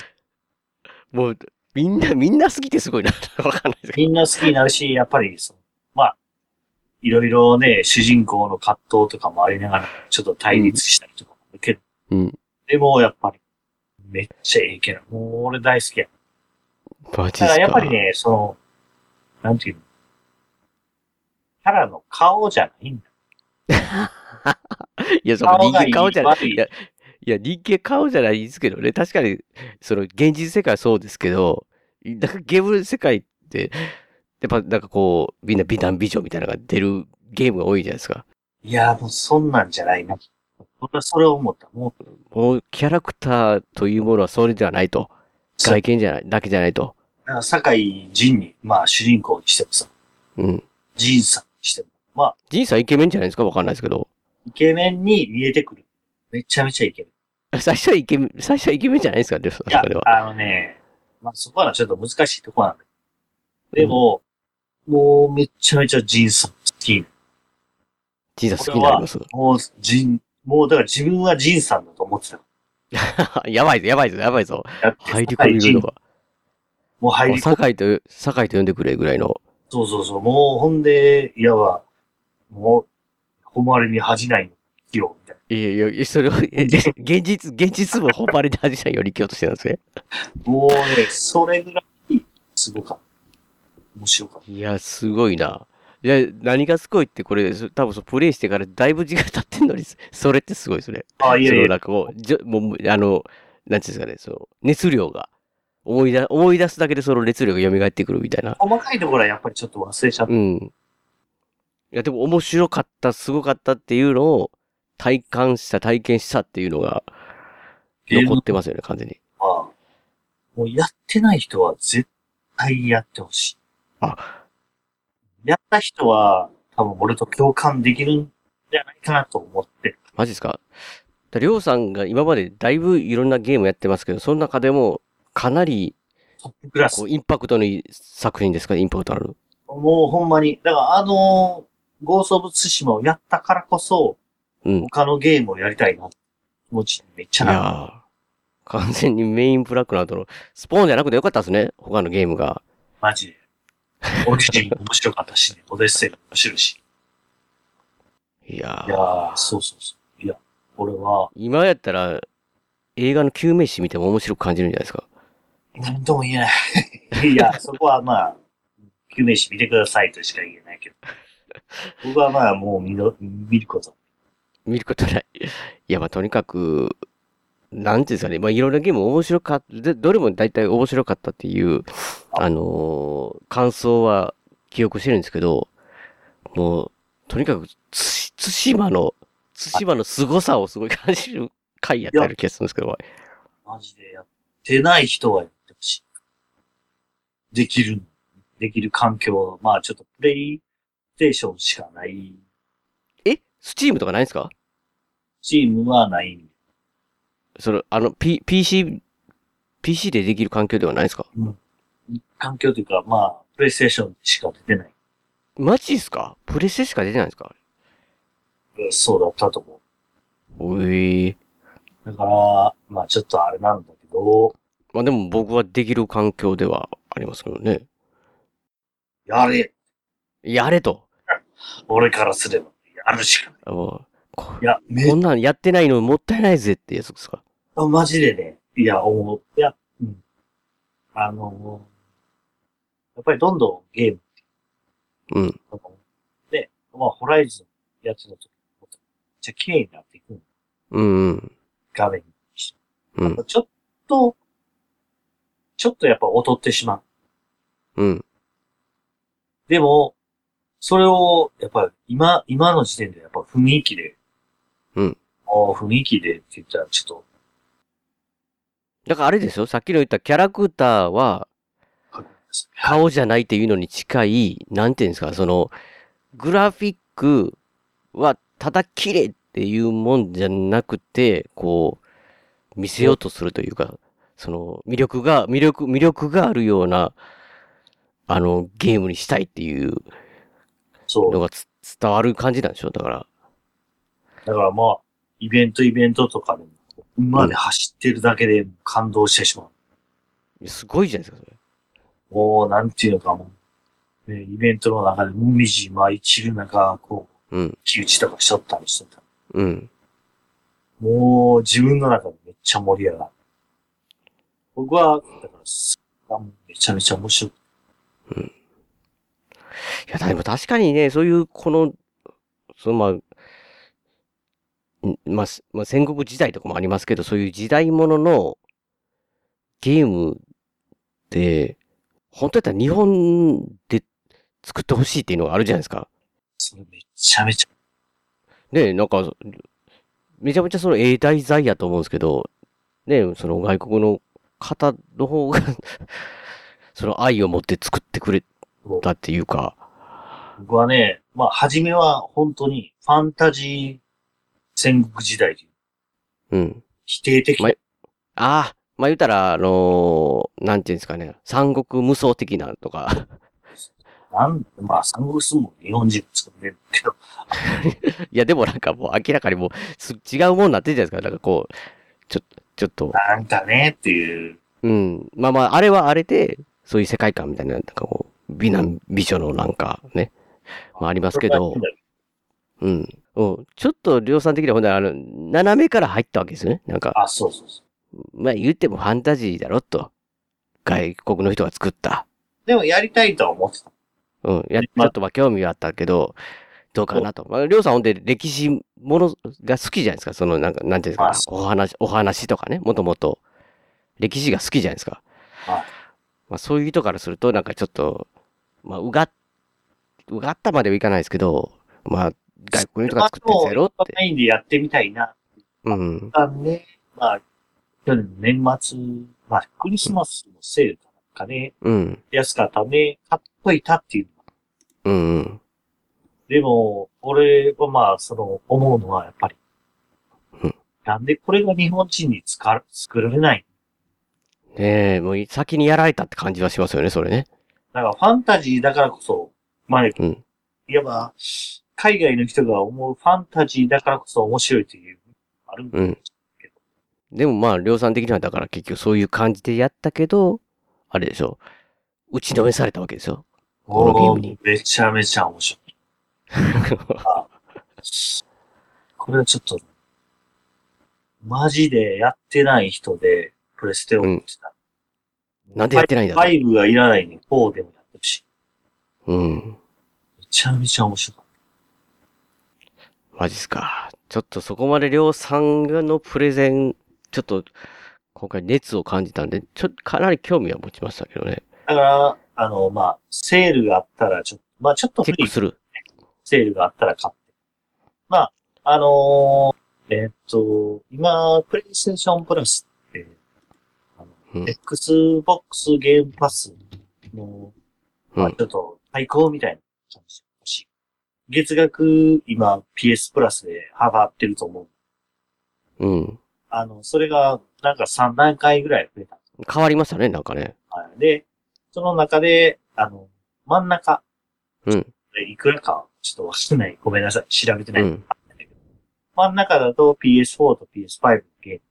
Speaker 2: もう、みんな、みんな好きってすごいな。 [LAUGHS] わかんないですけ
Speaker 3: みんな好きになるし、やっぱり、その、まあ、いろいろね、主人公の葛藤とかもありながら、ちょっと対立したりとかもあるけど、
Speaker 2: ど。うん。
Speaker 3: でもやっぱり、めっちゃええキャラ。もう俺大好きや。
Speaker 2: マ
Speaker 3: だ
Speaker 2: ジっすか
Speaker 3: か
Speaker 2: ら
Speaker 3: やっぱりね、その、なんていうの、キャラの顔じゃないんだ。
Speaker 2: いや、その
Speaker 3: 顔
Speaker 2: 人
Speaker 3: が
Speaker 2: 間
Speaker 3: いい
Speaker 2: 顔じゃない。
Speaker 3: 悪い
Speaker 2: いや、いや人間顔じゃないですけどね。確かに、その、現実世界はそうですけど、なんかゲーム世界って、やっぱなんかこう、みんな美男美女みたいなのが出るゲームが多いじゃないですか。
Speaker 3: いやーもうそんなんじゃないな。俺はそれを思った。もう、
Speaker 2: もう、キャラクターというものはそれではないと。外見じゃない、だけじゃないと。
Speaker 3: だから酒井仁に、まあ主人公にしてもさ、
Speaker 2: うん。
Speaker 3: 仁さんにしても、まあ、
Speaker 2: ジンさんイケメンじゃないですかわかんないですけど。 [LAUGHS]
Speaker 3: イケメンに見えてくる。めちゃめちゃイケメン。
Speaker 2: 最初はイケメン、最初はイケメンじゃないですかでも
Speaker 3: いや
Speaker 2: それ、は。
Speaker 3: あのね、まあ、そこはちょっと難しいとこなんだけど。でも、もうめっちゃめちゃジンさん好き。
Speaker 2: ジンさん好きになります。
Speaker 3: もう、ジン、もうだから自分はジンさんだと思ってた。
Speaker 2: [LAUGHS] やばいぞ、やばいぞ、やばいぞ。
Speaker 3: だって
Speaker 2: 入り込みのが。
Speaker 3: もう入り込む。
Speaker 2: 酒井と、酒井と呼んでくれぐらいの。
Speaker 3: そうそうそう。もうほんで、いやば、もう、誉れに恥じないようみたい
Speaker 2: いやいやいや、それを、え [LAUGHS] 現実、現実も誉れで恥じないより生きようとしてたんですね。
Speaker 3: な。もうね、それぐらい、すごかった。面白かっ
Speaker 2: いや、すごいな。いや、何がすごいって、これ、そ多分そうプレイしてからだいぶ時間経ってんのに、それってすごいですね。
Speaker 3: あいやい
Speaker 2: そ
Speaker 3: や
Speaker 2: のなんかもう、じょもう、あの、なんていうんですかね、その、熱量が、思い出、思い出すだけでその熱量が蘇ってくるみたいな。
Speaker 3: た。細かいところはやっぱりちょっと忘れちゃった。
Speaker 2: うん。いや、でも面白かった、すごかったっていうのを体感した、体験したっていうのが
Speaker 3: ゲーム
Speaker 2: 残ってますよね、完全に。
Speaker 3: は、もうやってない人は絶対やってほしい。
Speaker 2: あ
Speaker 3: やった人は、多分俺と共感できるんじゃないかなと思って。
Speaker 2: マジですかだりょうさんが今までだいぶいろんなゲームやってますけど、その中でもかなり
Speaker 3: トップクラス
Speaker 2: こう。インパクトのいい作品ですかインパクトある。
Speaker 3: もうほんまに。だからあのーゴースト・オブ・ツシマをやったからこそ、
Speaker 2: うん。い
Speaker 3: 他のゲームをやりたいな。気持ちにめっちゃ
Speaker 2: や
Speaker 3: なる。
Speaker 2: ー完全にメインブラックの後のスポーンじゃなくてよかったですね。他のゲームが。
Speaker 3: マジで。オリジン面白かったしね。オデッセイも面白いし。
Speaker 2: いいや
Speaker 3: いやー、そうそうそう。いや、俺は、
Speaker 2: 今やったら、映画の救命士見ても面白く感じるんじゃないですか。
Speaker 3: 何とも言えない。い [LAUGHS] や、そこはまあ、救命士見てくださいとしか言えないけど。僕はまあ、もう見の見ること。
Speaker 2: 見ることない。いや、まあ、とにかく、なんていうんですかね、まあ、いろんなゲーム面白かった、でどれも大体面白かったっていう、あのー感想は記憶してるんですけど、もう、とにかく、つ、対馬の、対馬の凄さをすごい感じる回やってある気がするんですけど、
Speaker 3: マジでやってない人はやってほしい。できる、できる環境は、まあちょっとプレイステーションしかない。
Speaker 2: えスチームとかないんですか
Speaker 3: チームはない。
Speaker 2: その、あの、P、PC、PC でできる環境ではないですか
Speaker 3: 環境というか、まあ、プレイステーションしか出てない。
Speaker 2: マジですかプレステしか出てないんですか
Speaker 3: うんそうだったと思
Speaker 2: おい。
Speaker 3: う。だから、まあちょっとあれなんだけど、
Speaker 2: まあでも僕はできる環境ではありますけどね。
Speaker 3: やれ
Speaker 2: やれと。
Speaker 3: 俺からすれば、やるしかない。
Speaker 2: もうこ
Speaker 3: いや、め
Speaker 2: こんなんやってないのもったいないぜってやつですか。
Speaker 3: あマジでね、いや、思う。いや、うん。あのーやっぱりどんどんゲーム
Speaker 2: うん。
Speaker 3: とかも、で、まあ、ホライズンやつの時、めっちゃ綺麗になっていくの
Speaker 2: うんうん。
Speaker 3: 画面にして。
Speaker 2: うん。
Speaker 3: ちょっと、ちょっとやっぱ劣ってしまう。
Speaker 2: うん。
Speaker 3: でも、それを、やっぱ今、今の時点でやっぱ雰囲気で、
Speaker 2: うん。
Speaker 3: ああ、雰囲気でって言ったらちょっと、
Speaker 2: だからあれですよ、さっきの言ったキャラクターは、顔じゃないっていうのに近い、なんていうんですか、その、グラフィックはただ綺麗っていうもんじゃなくて、こう、見せようとするというか、その、魅力が、魅力、魅力があるような、あの、ゲームにしたいっていう
Speaker 3: そう
Speaker 2: の。がつ伝わる感じなんでしょだから。
Speaker 3: だからまあ、イベントイベントとかでも、馬で走ってるだけで感動してしまう。
Speaker 2: すごいじゃないですか、それ。
Speaker 3: もう、なんていうのかもう、ね、イベントの中でもみじ舞い散る中、こう、
Speaker 2: うん。
Speaker 3: 木打ちとかしとったりしてた。
Speaker 2: うん。
Speaker 3: もう、自分の中でめっちゃ盛り上がる。僕は、だから、すめちゃめちゃ面白い。
Speaker 2: いや、でも確かにね、そういう、この、そのまあ、んまあ、すまあ、戦国時代とかもありますけど、そういう時代もののゲームって、本当やったら日本で作ってほしいっていうのがあるじゃないですか。
Speaker 3: それめちゃめちゃ、
Speaker 2: ねえ、なんか、めちゃめちゃそのええ題材やと思うんですけど、ねえ、その外国の方の方が、 [LAUGHS] その愛を持って作ってくれたっていうか、
Speaker 3: 僕はね、まあ、初めは本当に、ファンタジー戦国時代で
Speaker 2: うん。
Speaker 3: 否定的
Speaker 2: まああ、まあ言うたら、あのーなんていうんですかね、三国無双的なとか、 [LAUGHS]
Speaker 3: なん、まあ、三国相撲日本人作ってるけど、
Speaker 2: いやでもなんかもう明らかにもうす違うもんなってるじゃないですか、なんかこう、ちょ、ちょっと、
Speaker 3: なんかね、っていう、
Speaker 2: うん。まあまあ、あれはあれで、そういう世界観みたいな、なんかこう、美男美女のなんかね、まあありますけど、うん。うん、ちょっと量産的には、ほんなら、あの、斜めから入ったわけですよね。なんか、
Speaker 3: あ、そうそうそう。
Speaker 2: まあ言ってもファンタジーだろと。外国の人が作った。
Speaker 3: でも、やりたいとは思ってた。
Speaker 2: うん。や、ちょっとまあ興味はあったけど、どうかなと。まあ、りょうさんほんで歴史ものが好きじゃないですか。その、なんか、なんていうん
Speaker 3: ま
Speaker 2: で
Speaker 3: あ
Speaker 2: す
Speaker 3: そ
Speaker 2: か。お話、お話とかね、もともと。歴史が好きじゃないですか。
Speaker 3: はい
Speaker 2: まあそういう人からすると、なんかちょっと、まあ、うがっ、うがったまではいかないですけど、まあ、外国の人が作ったやつやろっ
Speaker 3: まあ
Speaker 2: て。
Speaker 3: メインでやってみたいな。
Speaker 2: うん。
Speaker 3: あのね、まあ、去年の年末、まあ、クリスマスのセールかなんかね、
Speaker 2: うん。
Speaker 3: 安かったね、買っといたっていう。
Speaker 2: うんうん。
Speaker 3: でも、俺はまあ、その、思うのはやっぱり
Speaker 2: うん、
Speaker 3: なんでこれが日本人に使う作られない
Speaker 2: ねえ、もう先にやられたって感じはしますよね、それね。
Speaker 3: だからファンタジーだからこそ、まあ、い
Speaker 2: うん
Speaker 3: わば、海外の人が思うファンタジーだからこそ面白いという、あるんだ
Speaker 2: うん。でもまあ、量産的にはだから結局そういう感じでやったけど、あれでしょ。打ちのめされたわけですよ。このゲームに [LAUGHS]
Speaker 3: めちゃめちゃ面白い。これはちょっと、マジでやってない人で、プレステを持ってた。
Speaker 2: なんでやってないんだろう
Speaker 3: ?5 はいらないね。4でもやってるし。
Speaker 2: うん。
Speaker 3: めちゃめちゃ面白かっ
Speaker 2: マジっすか。ちょっとそこまで量産のプレゼン、ちょっと、今回熱を感じたんで、ちょっとかなり興味は持ちましたけどね。
Speaker 3: た。だから、あの、まあ、セールがあったら、ちょっと、まあ、ちょっと
Speaker 2: チェックする。
Speaker 3: セールがあったら買って。まあ、あのーえーっと、今、プレイステーションプラスって、あの、Xbox ゲームパスの、まあ、ちょっと対抗みたいな感じ欲しい。月額、今、PS プラスで幅ってると思う。
Speaker 2: うん。
Speaker 3: あの、それが、なんか3段階ぐらい増えた。
Speaker 2: 変わりましたね、なんかね。
Speaker 3: はいで、その中で、あの、真ん中、
Speaker 2: うん。
Speaker 3: いくらかはちょっとわかんない。ごめんなさい。調べてな
Speaker 2: う
Speaker 3: い。
Speaker 2: ん。
Speaker 3: 真ん中だと PS4 と PS5 のゲー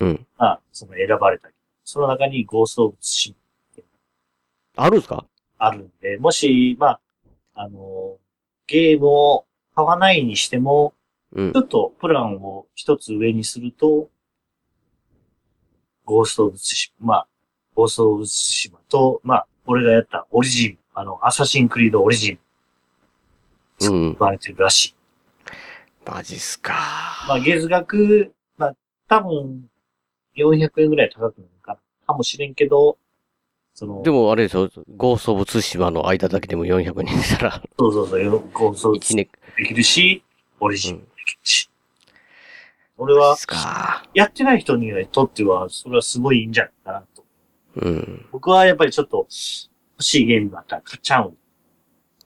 Speaker 3: ム
Speaker 2: うん。
Speaker 3: が、その選ばれたり、その中にゴーストオブツシマ
Speaker 2: あるんすか
Speaker 3: あるんで、もし、まあ、あの、ゲームを買わないにしても、
Speaker 2: うん
Speaker 3: ちょ。っとプランを一つ上にすると、ゴーストオブツシマ、まあ、ゴーストオブツシマと、まあ、俺がやったオリジン、あの、アサシンクリードオリジン、
Speaker 2: うん。
Speaker 3: バレてるらしい。
Speaker 2: マジっすか。
Speaker 3: まあ、月額、まあ、多分、400円ぐらい高くなるか、かもしれんけど、その、
Speaker 2: でもあれでしょ、ゴースト・オブ・ツシマの間だけでも400人したら、
Speaker 3: そうそうそう、よこうそうで
Speaker 2: 1年、
Speaker 3: きるし、オリジンもできるし。俺
Speaker 2: で
Speaker 3: は、
Speaker 2: すか。
Speaker 3: やってない人にとっては、それはすごいいいんじゃないかなと。
Speaker 2: うん。
Speaker 3: 僕はやっぱりちょっと、欲しいゲームがあったら買っちゃうんで。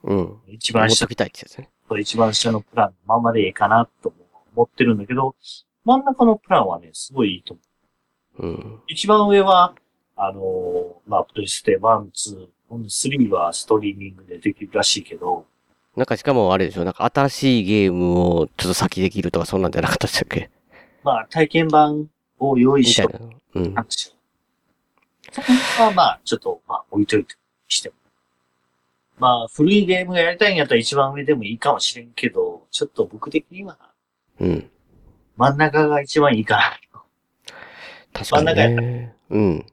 Speaker 2: うん。
Speaker 3: 一
Speaker 2: 持
Speaker 3: 番
Speaker 2: っと
Speaker 3: 下
Speaker 2: きたいってやつね。
Speaker 3: と一番下のプランのままでいいかなと思ってるんだけど、真ん中のプランはね、すごいいいと思う。
Speaker 2: うん。
Speaker 3: 一番上は、あのーまあ、プレステ1、2、3はストリーミングでできるらしいけど、
Speaker 2: なんかしかもあれでしょ、なんか新しいゲームをちょっと先できるとかそんなんじゃなかったっしたっけ
Speaker 3: まあ、体験版を用意
Speaker 2: み
Speaker 3: したて
Speaker 2: いな。うん
Speaker 3: な。んですよ。そこはまあ、ちょっと、まあ、置いといてしても。まあ、古いゲームがやりたいんやったら一番上でもいいかもしれんけど、ちょっと僕的には
Speaker 2: うん。
Speaker 3: 真ん中が一番いいかな。
Speaker 2: 確かに
Speaker 3: 真ん
Speaker 2: ね。うん。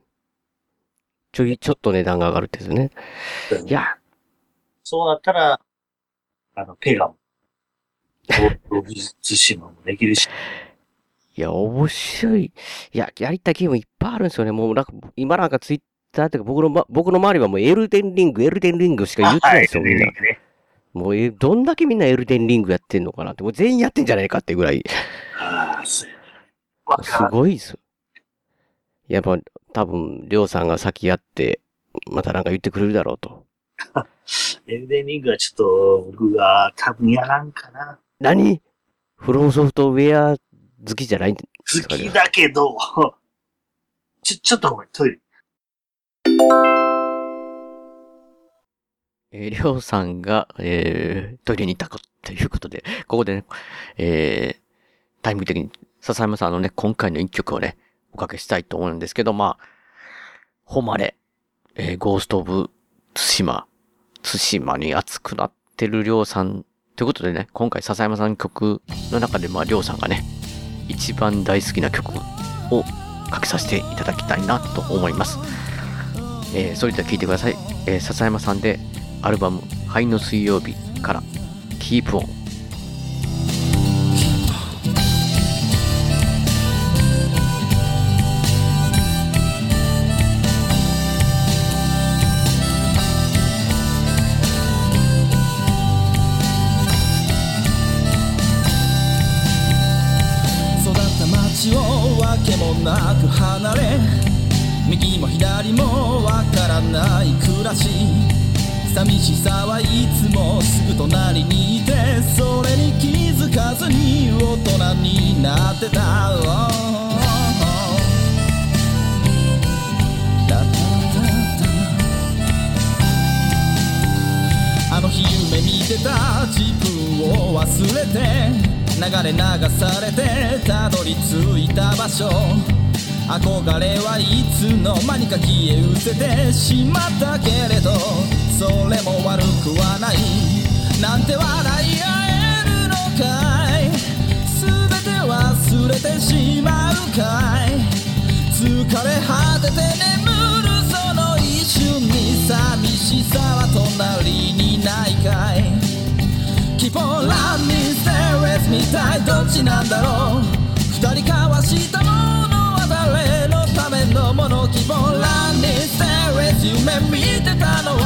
Speaker 2: ちょい、ちょっと値段が上がるってやつね。いや、
Speaker 3: そうなったら、あの、ペガも、ロビズシマもできるし、
Speaker 2: いや、面白い。いや、やりたいゲームいっぱいあるんですよね。もうなんか、今なんかツイッターっていうか僕の、ま、僕の周りはもうエルデンリング、エルデンリングしか言ってないんですよ、みんな。
Speaker 3: ね。
Speaker 2: もう、えどんだけみんなエルデンリングやってんのかなって、もう全員やってんじゃないかってぐらい、
Speaker 3: ああ、そうやね。わ
Speaker 2: す
Speaker 3: かる。
Speaker 2: ごいです。やっぱ、多分、りょうさんが先やって、またなんか言ってくれるだろうと。
Speaker 3: エルデンリングはちょっと、僕が多分やらんかな。
Speaker 2: 何フローソフトウェア好きじゃないんで
Speaker 3: 好
Speaker 2: すかね
Speaker 3: きだけど、 [LAUGHS] ちょ、ちょっとごめん、トイレ。
Speaker 2: えー、りょうさんが、えー、トイレに行ったこということで、ここでね、えー、タイミング的に、笹山さんのね、今回の一曲をね、おかけしたいと思うんですけど、まあ、誉れ、えー、ゴースト・オブ・ツシマ、ツシマに熱くなってるりょうさん、ということでね、今回笹山さんの曲の中で、まあ、りょうさんがね、一番大好きな曲をかけさせていただきたいなと思います。えー、それでは聴いてください。えー、笹山さんで、アルバム「灰の水曜日」から「キープオン」
Speaker 1: 育った街をわけもなく離れ右も左もわからない暮らし寂しさはいつもすぐ隣にいてそれに気づかずに大人に
Speaker 11: [LAUGHS]
Speaker 1: なってたラタタタあの日夢見てた自分を忘れて流れ流されてたどり着いた場所憧れはいつの間にか消え失せてしまったけれどそれも悪くはないなんて笑い合えるかい全て忘れてしまうかい疲れ果てて眠るその一瞬に寂しさは隣にないかい Keep on love me stay with me 一体どっちなんだろう二人交わしたものは誰のためのもの Keep on love me stay with you 夢見てたのは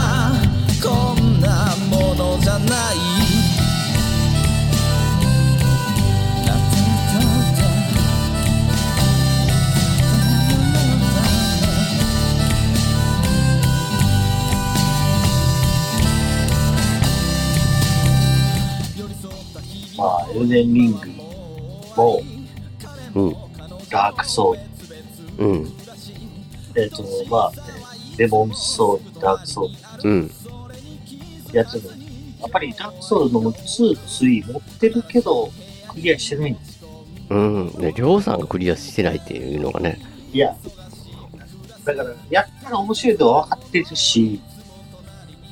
Speaker 1: こんなものじゃない
Speaker 3: まあ、エルデンリングも、ダークソウル、
Speaker 2: うん。
Speaker 3: えっ、と、まあ、えーレモンソウル、ダークソウル
Speaker 2: うん。
Speaker 3: やってるのにやっぱりダークソウルのも2、3持ってるけど、クリアしてないんです。
Speaker 2: うん。で、りょうさんがクリアしてないっていうのがね。
Speaker 3: いや、だから、やったら面白いのは分かってるし、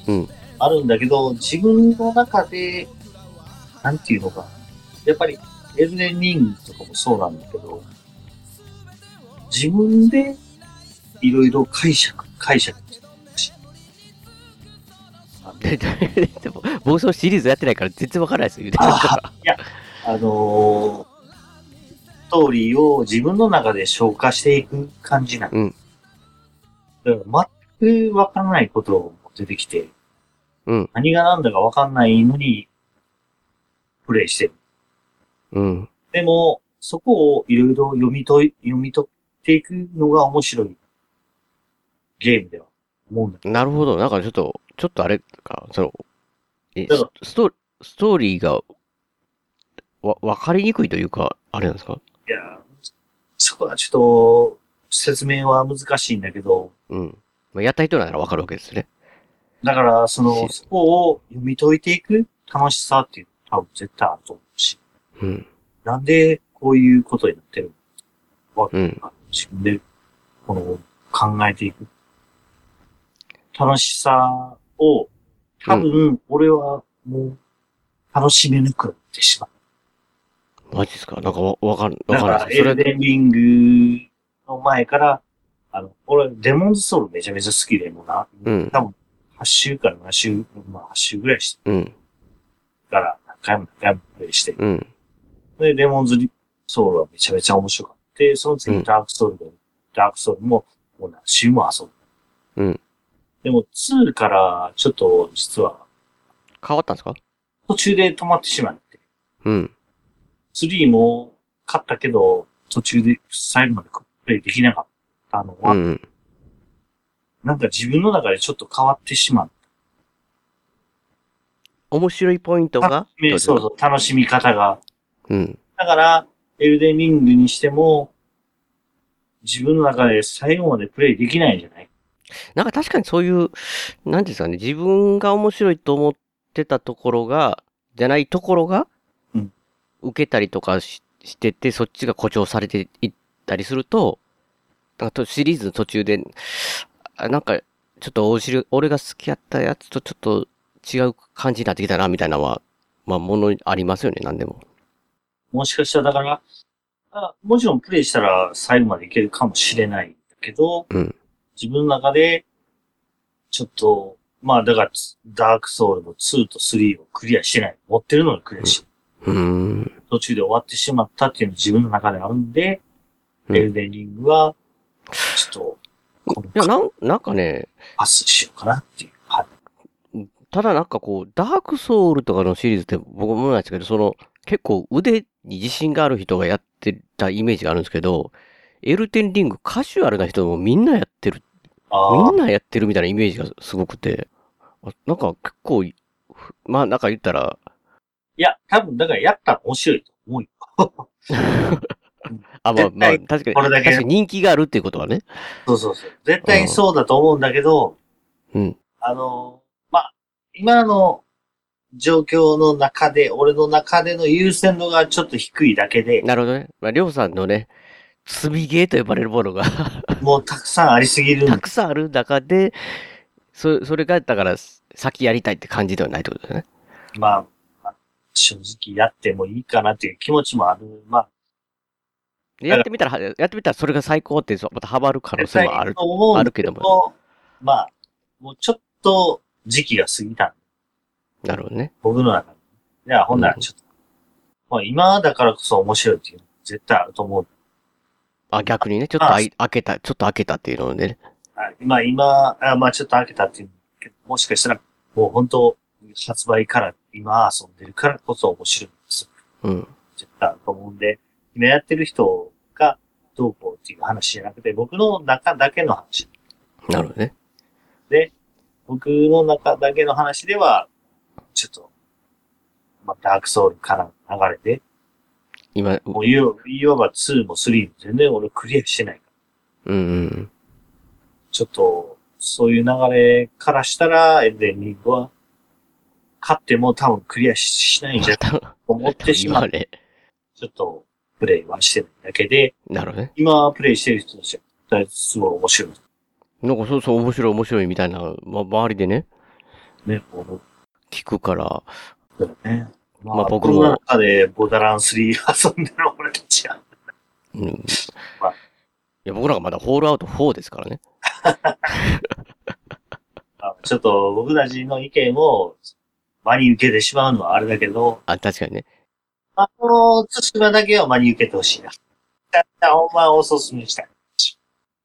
Speaker 2: うん。
Speaker 3: あるんだけど、自分の中で、なんていうのか、やっぱり、エルデンリングとかもそうなんだけど、自分でいろいろ解釈、解釈
Speaker 2: でででも、暴走シリーズやってないから全然わからないですよ、言うてるから。
Speaker 3: あのー、ストーリーを自分の中で消化していく感じなの。
Speaker 2: うん
Speaker 3: だから全くわからないことも出てきて、
Speaker 2: うん。
Speaker 3: 何が何だかわかんないのに、プレイしてる。
Speaker 2: うん。
Speaker 3: でも、そこをいろいろ読み解い、読み取っていくのが面白いゲームでは思うんだけ
Speaker 2: なるほど。なんかちょっと、ちょっとあれか、その、え
Speaker 3: だから
Speaker 2: スストストーリーが、わ、わかりにくいというか、あれなんですか
Speaker 3: ど。いやー、そこはちょっと、説明は難しいんだけど、
Speaker 2: うん。まあ、やった人ならわかるわけですね。
Speaker 3: だから、その、そこを読み解いていく楽しさっていうのは多分絶対あると思うし、
Speaker 2: うん。
Speaker 3: なんでこういうことになってるのか、
Speaker 2: うん。
Speaker 3: 自分で、この、考えていく。楽しさを、多分、俺はもう、楽しめなくなってしまう。
Speaker 2: マジですかなんかわ、わかん、わ
Speaker 3: だ
Speaker 2: か
Speaker 3: から
Speaker 2: な
Speaker 3: ら
Speaker 2: い、です。
Speaker 3: エ
Speaker 2: それ
Speaker 3: ルデンリングの前から、あの、俺、デモンズソウルめちゃめちゃ好きで、もうな、
Speaker 2: うん
Speaker 3: 多分、8週から7週、まあ8週ぐらいして
Speaker 2: うん。
Speaker 3: から、何回も何回もプレイして、
Speaker 2: うん。
Speaker 3: で、レモンズソウルはめちゃめちゃ面白かった。で、その次ダークソウルで、ダークソウルも、もう何週も遊ぶ。
Speaker 2: うん。
Speaker 3: でも、2から、ちょっと、実は、
Speaker 2: 変わったんですか
Speaker 3: 途中で止まってしまって、
Speaker 2: うん。
Speaker 3: 3も買ったけど、途中で最後までプレイできなかったのは、
Speaker 2: うん。
Speaker 3: なんか自分の中でちょっと変わってしまう。
Speaker 2: 面白いポイントが
Speaker 3: ねそうそう、楽しみ方が。
Speaker 2: うん。
Speaker 3: だから、エルデンリングにしても、自分の中で最後までプレイできないんじゃない
Speaker 2: なんか確かにそういう、なんていうんですかね、自分が面白いと思ってたところが、じゃないところが、
Speaker 3: うん
Speaker 2: 受けたりとかししてて、そっちが誇張されていったりすると、なんかとシリーズの途中で、あなんか、ちょっとおしる俺が好きやったやつとちょっと違う感じになってきたな、みたいなのは、まあ、ものにありますよね、なんでも。
Speaker 3: もしかしたらだから、あもちろんプレイしたら最後までいけるかもしれないけど、
Speaker 2: うん
Speaker 3: 自分の中で、ちょっと、まあだから、つダークソウルの2と3をクリアしてない。持ってるのにクリアして、
Speaker 2: うーん。
Speaker 3: 途中で終わってしまったっていうのが自分の中であるんで、
Speaker 2: うん
Speaker 3: エルデンリングは、ちょっと、
Speaker 2: いや、なん、なんかね、
Speaker 3: パスしようかなっていう。はい。
Speaker 2: ただなんかこう、ダークソウルとかのシリーズって僕もなんですけど、その、結構腕に自信がある人がやってたイメージがあるんですけど、エルテンリングカジュアルな人もみんなやってる、
Speaker 3: あ
Speaker 2: み
Speaker 3: あ
Speaker 2: ん、なやってるみたいなイメージがすごくて、あなんか結構、ふまあなんか言ったら、
Speaker 3: いや、多分だからやったら面白いと思うよ。
Speaker 2: あ、まあ
Speaker 3: 絶
Speaker 2: まあ
Speaker 3: 対
Speaker 2: 確かに、
Speaker 3: これだ
Speaker 2: 確
Speaker 3: け
Speaker 2: かに人気があるっていうことはね。
Speaker 3: そうそうそう。絶対にそうだと思うんだけど、
Speaker 2: うん。
Speaker 3: あの、まあ、今の状況の中で、俺の中での優先度がちょっと低いだけで、
Speaker 2: なるほどね。まあ、りょうさんのね、積みゲーと呼ばれるものが [LAUGHS]
Speaker 3: もうたくさんありすぎるん
Speaker 2: た
Speaker 3: だ。
Speaker 2: くさんある中で、そそれが、だから、先やりたいって感じではないってことだよね。
Speaker 3: まあ、まあ正直やってもいいかなっていう気持ちもある。まあ、
Speaker 2: でやってみたら、はやってみたらそれが最高って、そうまたハマる可能性もある
Speaker 3: と思うん
Speaker 2: あ
Speaker 3: で
Speaker 2: る
Speaker 3: すけ
Speaker 2: け
Speaker 3: ど
Speaker 2: ども。
Speaker 3: まあ、もうちょっと時期が過ぎたんで、
Speaker 2: なるほどね。
Speaker 3: 僕の中で。いや、ほんならちょっと、まあ今だからこそ面白いっていうの絶対あると思う。
Speaker 2: あ、逆にね、ちょっとあい開けた、ちょっと開けたっていうのでね。
Speaker 3: あ今、今、あまあちょっと開けたっていうけど、もしかしたら、もう本当、発売から今遊んでるからこそ面白いんですよ。
Speaker 2: うん。
Speaker 3: 絶対あると思うんで、今やってる人がどうこうっていう話じゃなくて、僕の中だけの話
Speaker 2: なるほどね。
Speaker 3: で、僕の中だけの話では、ちょっと、まあ、ダークソウルから流れて、
Speaker 2: 今、
Speaker 3: もういわいわば2も3も全然俺クリアしてないか
Speaker 2: う
Speaker 3: ら。
Speaker 2: んうん。
Speaker 3: ちょっと、そういう流れからしたら、エンディングは、勝っても多分クリアししないんじゃないか
Speaker 2: [LAUGHS]
Speaker 3: と思ってしま
Speaker 2: 今
Speaker 3: う。
Speaker 2: ね。
Speaker 3: ちょっと、プレイはしてないだけで、
Speaker 2: なるほどね。
Speaker 3: 今プレイしてる人たちは、だいぶすごい面白い。
Speaker 2: なんかそうそう面白い面白いみたいな、ま、周りでね、
Speaker 3: ね、こ
Speaker 2: 聞くから、
Speaker 3: の、ね。
Speaker 2: まあ僕
Speaker 3: この
Speaker 2: も、
Speaker 3: 中でボダラン3遊んでる俺たちは、
Speaker 2: うん。い
Speaker 3: まあ
Speaker 2: や、僕らがまだホールアウト4ですからね。
Speaker 3: あちょっと僕たちの意見を真に受けてしまうのはあれだけど、
Speaker 2: あ、確かにね。
Speaker 3: あの、対馬だけは真に受けてほしいな。だったらほんまおすすめしたい。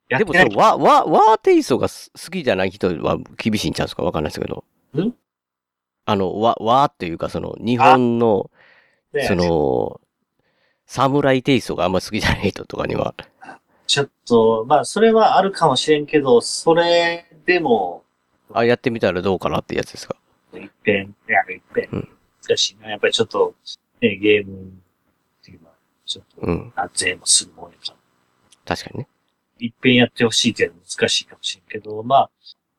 Speaker 3: やっ
Speaker 2: で
Speaker 3: て
Speaker 2: も
Speaker 3: な
Speaker 2: そ
Speaker 3: い
Speaker 2: の、わ、わ、わーテイストがす好きじゃない人は厳しいんちゃうんですかわかんないですけど。
Speaker 3: ん
Speaker 2: あの、わ、わーっていうか、その、日本の、
Speaker 3: ね
Speaker 2: その、侍テイストがあんま好きじゃない人とかには、
Speaker 3: ちょっと、まあ、それはあるかもしれんけど、それでも、
Speaker 2: あ、やってみたらどうかなってやつですか
Speaker 3: 一遍、いや、一遍
Speaker 2: うん、
Speaker 3: 難しいな。やっぱりちょっと、ね、ゲームっていうのは、ちょっと、
Speaker 2: うん。
Speaker 3: あ、全部するもんやから。
Speaker 2: 確かにね。
Speaker 3: 一遍やってほしいっていうのは難しいかもしれんけど、まあ、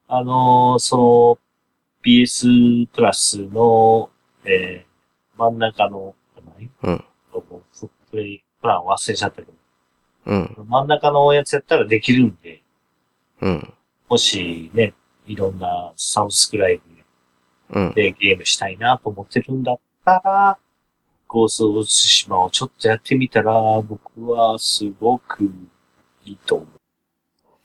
Speaker 3: あのーその、BS プラスの、えー、真ん中の、何
Speaker 2: うん。
Speaker 3: もうプレイプラン忘れちゃったけ
Speaker 2: うん。
Speaker 3: ど、真ん中のやつやったらできるんで、
Speaker 2: うん。
Speaker 3: もしね、いろんなサブスクライ
Speaker 2: うん
Speaker 3: ブ。でゲームしたいなと思ってるんだったら、ゴースト・オブ・ツシマをちょっとやってみたら、僕はすごくいいと思う。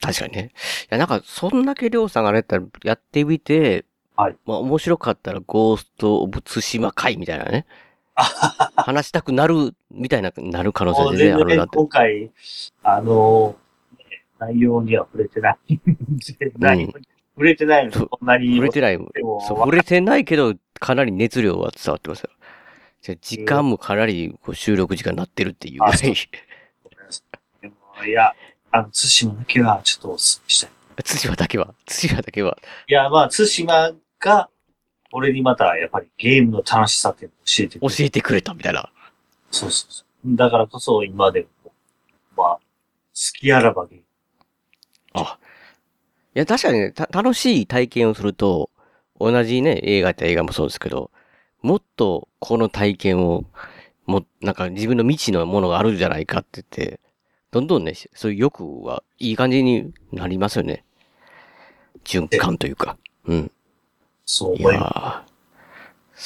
Speaker 2: 確かにね。いや、なんか、そんだけりょうさんがあれやったら、やってみて、
Speaker 3: はい。
Speaker 2: まあ、面白かったら、ゴースト・オブ・ツシマ会みたいな [LAUGHS] ね。話したくなる、みたいな、なる可能性
Speaker 3: もう
Speaker 2: 全然あ
Speaker 3: 全
Speaker 2: る
Speaker 3: 然
Speaker 2: な
Speaker 3: ね
Speaker 2: って。
Speaker 3: 今回、あの、ね内容には触れてない。全
Speaker 2: う
Speaker 3: 然
Speaker 2: ん
Speaker 3: 触れてないのにこんなに。
Speaker 2: 触れてない。
Speaker 3: でも
Speaker 2: そう、触れてないけど、かなり熱量は伝わってますよ。じゃあ時間もかなりこう収録時間になってるっていうぐら
Speaker 3: あそう
Speaker 2: い。
Speaker 3: でもいや、あの、津島だけはちょっとお勧めしたい。
Speaker 2: 津島だけは、津島だけは。
Speaker 3: いや、まあ、津島が、俺にまた、やっぱりゲームの楽しさっていうのを教えてく
Speaker 2: 教
Speaker 3: れる。
Speaker 2: えてくれたみたいな。
Speaker 3: そうそうそう。だからこそ、今でも、まあ、好きあらばゲーム。
Speaker 2: あ。いや、確かにね、た楽しい体験をすると、同じね、映画って映画もそうですけど、もっとこの体験を、も、なんか自分の未知のものがあるんじゃないかって言って、どんどんね、そういう欲はいい感じになりますよね。循環というか。うん。
Speaker 3: そう
Speaker 2: い
Speaker 3: 思います。
Speaker 2: やー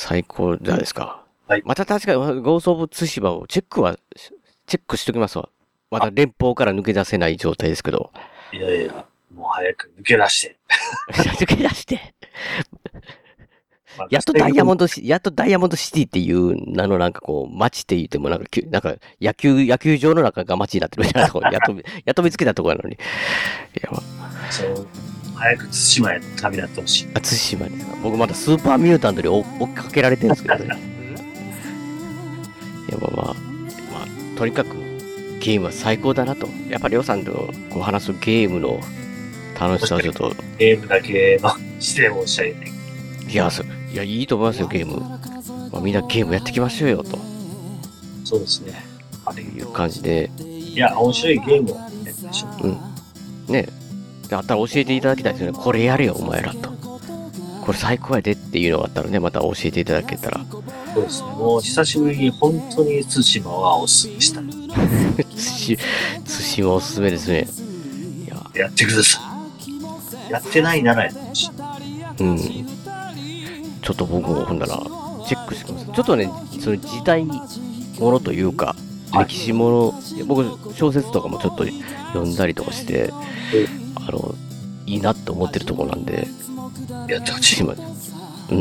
Speaker 2: 最高じゃないですか。
Speaker 3: はい
Speaker 2: また確かに、ゴースト・オブ・ツシバをチェックは、チェックしときますわ。まだ連邦から抜け出せない状態ですけ
Speaker 3: [LAUGHS]
Speaker 2: ど。
Speaker 3: いやいや、もう早く抜け出して。
Speaker 2: 抜け出して。
Speaker 3: まあ
Speaker 2: やっとダイヤモンドシ、やっとダイヤモンドシティっていう名のなんかこう、街って言ってもなんかきゅ、なんか野球、野球場の中が街になってるみたいなところ、やっと、やっと見つけたところなのに。いや、ま
Speaker 3: そう、早く津島への旅立ってほしい。
Speaker 2: あ、対馬ですか。僕まだスーパーミュータントに追追っかけられてるんですけどね。いや、まあまあ、まあ、とにかくゲームは最高だなと。やっぱりょうさんとこう話すゲームの楽しさはちょっと、
Speaker 3: ゲームだけの視点を申し上げて。
Speaker 2: いや、そういや、いいと思いますよ、ゲーム。まあ、みんなゲームやっていきましょうよ、と
Speaker 3: そうですね。あれ
Speaker 2: いう感じで。
Speaker 3: いや、面白いゲームをやりましょう。
Speaker 2: うん。ねであったら教えていただきたいですよね。これやれよ、お前らと。これ最高やでっていうのがあったらね、また教えていただけたら。 [LAUGHS]
Speaker 3: そうですね。もう久しぶりに本当に津島はおすすめしたい。
Speaker 2: 寿司、寿司もおすすめですね。いや、
Speaker 3: やってください。やってないならやってほしい。
Speaker 2: うん。ちょっと僕もほんなら、チェックしてます。ちょっとね、その時代ものというか、歴史もの、いや僕、小説とかもちょっと読んだりとかして、あの、いいなって思ってるところなんで、
Speaker 3: やってほ
Speaker 2: しい。う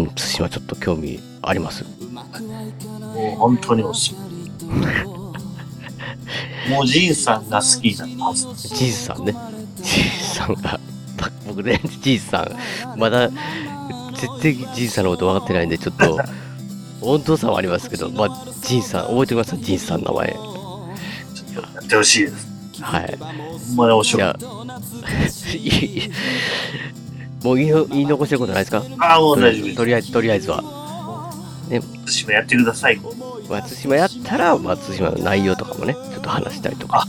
Speaker 2: ん、対馬ちょっと興味あります。
Speaker 3: もう本当におしい。もうジンさんが好きになったはずです。
Speaker 2: じいさんね。じいさんが、た僕ね、じいさん、まだ、絶対じいさんのこと分かってないんで、ちょっと、温度差はありますけど、まあ、じいさん、覚えてください、じいさんの名前。
Speaker 3: やってほしいです。
Speaker 2: はい。
Speaker 3: ほんまにおしい。
Speaker 2: いや、いいいい [LAUGHS] もう言いの言い残してることないですか
Speaker 3: あーもう大丈夫です
Speaker 2: とりあえず、とりあえずは。ね、
Speaker 3: 松島やってください。
Speaker 2: 松島やったら、松島の内容とかもね、ちょっと話したりとか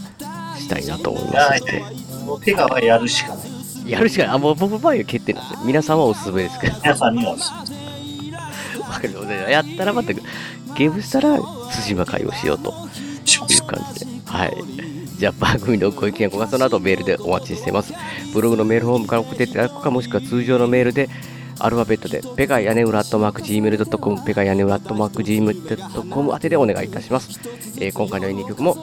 Speaker 2: したいなと思います
Speaker 3: はい
Speaker 2: ので。
Speaker 3: もうペガはやるしかない。
Speaker 2: やるしかない。あ、もう僕の場合は決定なんで、皆さんはおすすめですけど。
Speaker 3: 皆さんにはおすす
Speaker 2: わかるので、やったらまた、ゲームしたら、対馬会をしようという感じで。はい。じゃあ、番組のご意見やご感想などメールでお待ちしています。ブログのメールフォームから送っていただくか、もしくは通常のメールで、アルファベットで、ペガヤネウラットマーク Gmail.com、ペガヤネウラットマーク Gmail.com 宛てでお願いいたします。えー今回の演技曲も、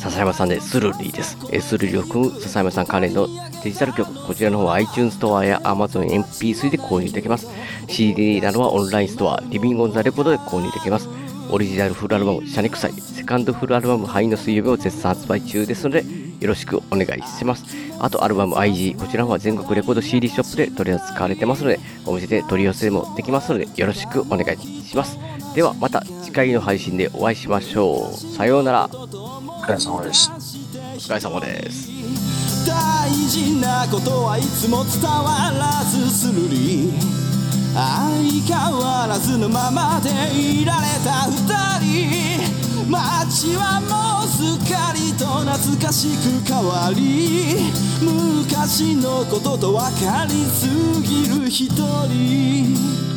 Speaker 2: 笹山さんでスルリーです。えースルリーを含む笹山さん関連のデジタル曲、こちらの方は iTunes ストアや Amazon MP3 で購入できます。CD などはオンラインストア、リビングオンザレコードで購入できます。オリジナルフルアルバム、シャネクサイ、セカンドフルアルバム、灰の水曜日を絶賛発売中ですので、よろしくお願いします。あと、アルバム IG、こちらの方は全国レコード CD ショップで取り扱われてますので、お店で取り寄せもできますので、よろしくお願いします。では、また次回の配信でお会いしましょう。さようなら。
Speaker 3: お疲れ様です。
Speaker 2: お疲れ様です。
Speaker 1: 大事なことはいつも伝わらずするり相変わらずのままでいられた二人街はもうすっかりと懐かしく変わり昔のことと分かりすぎる一人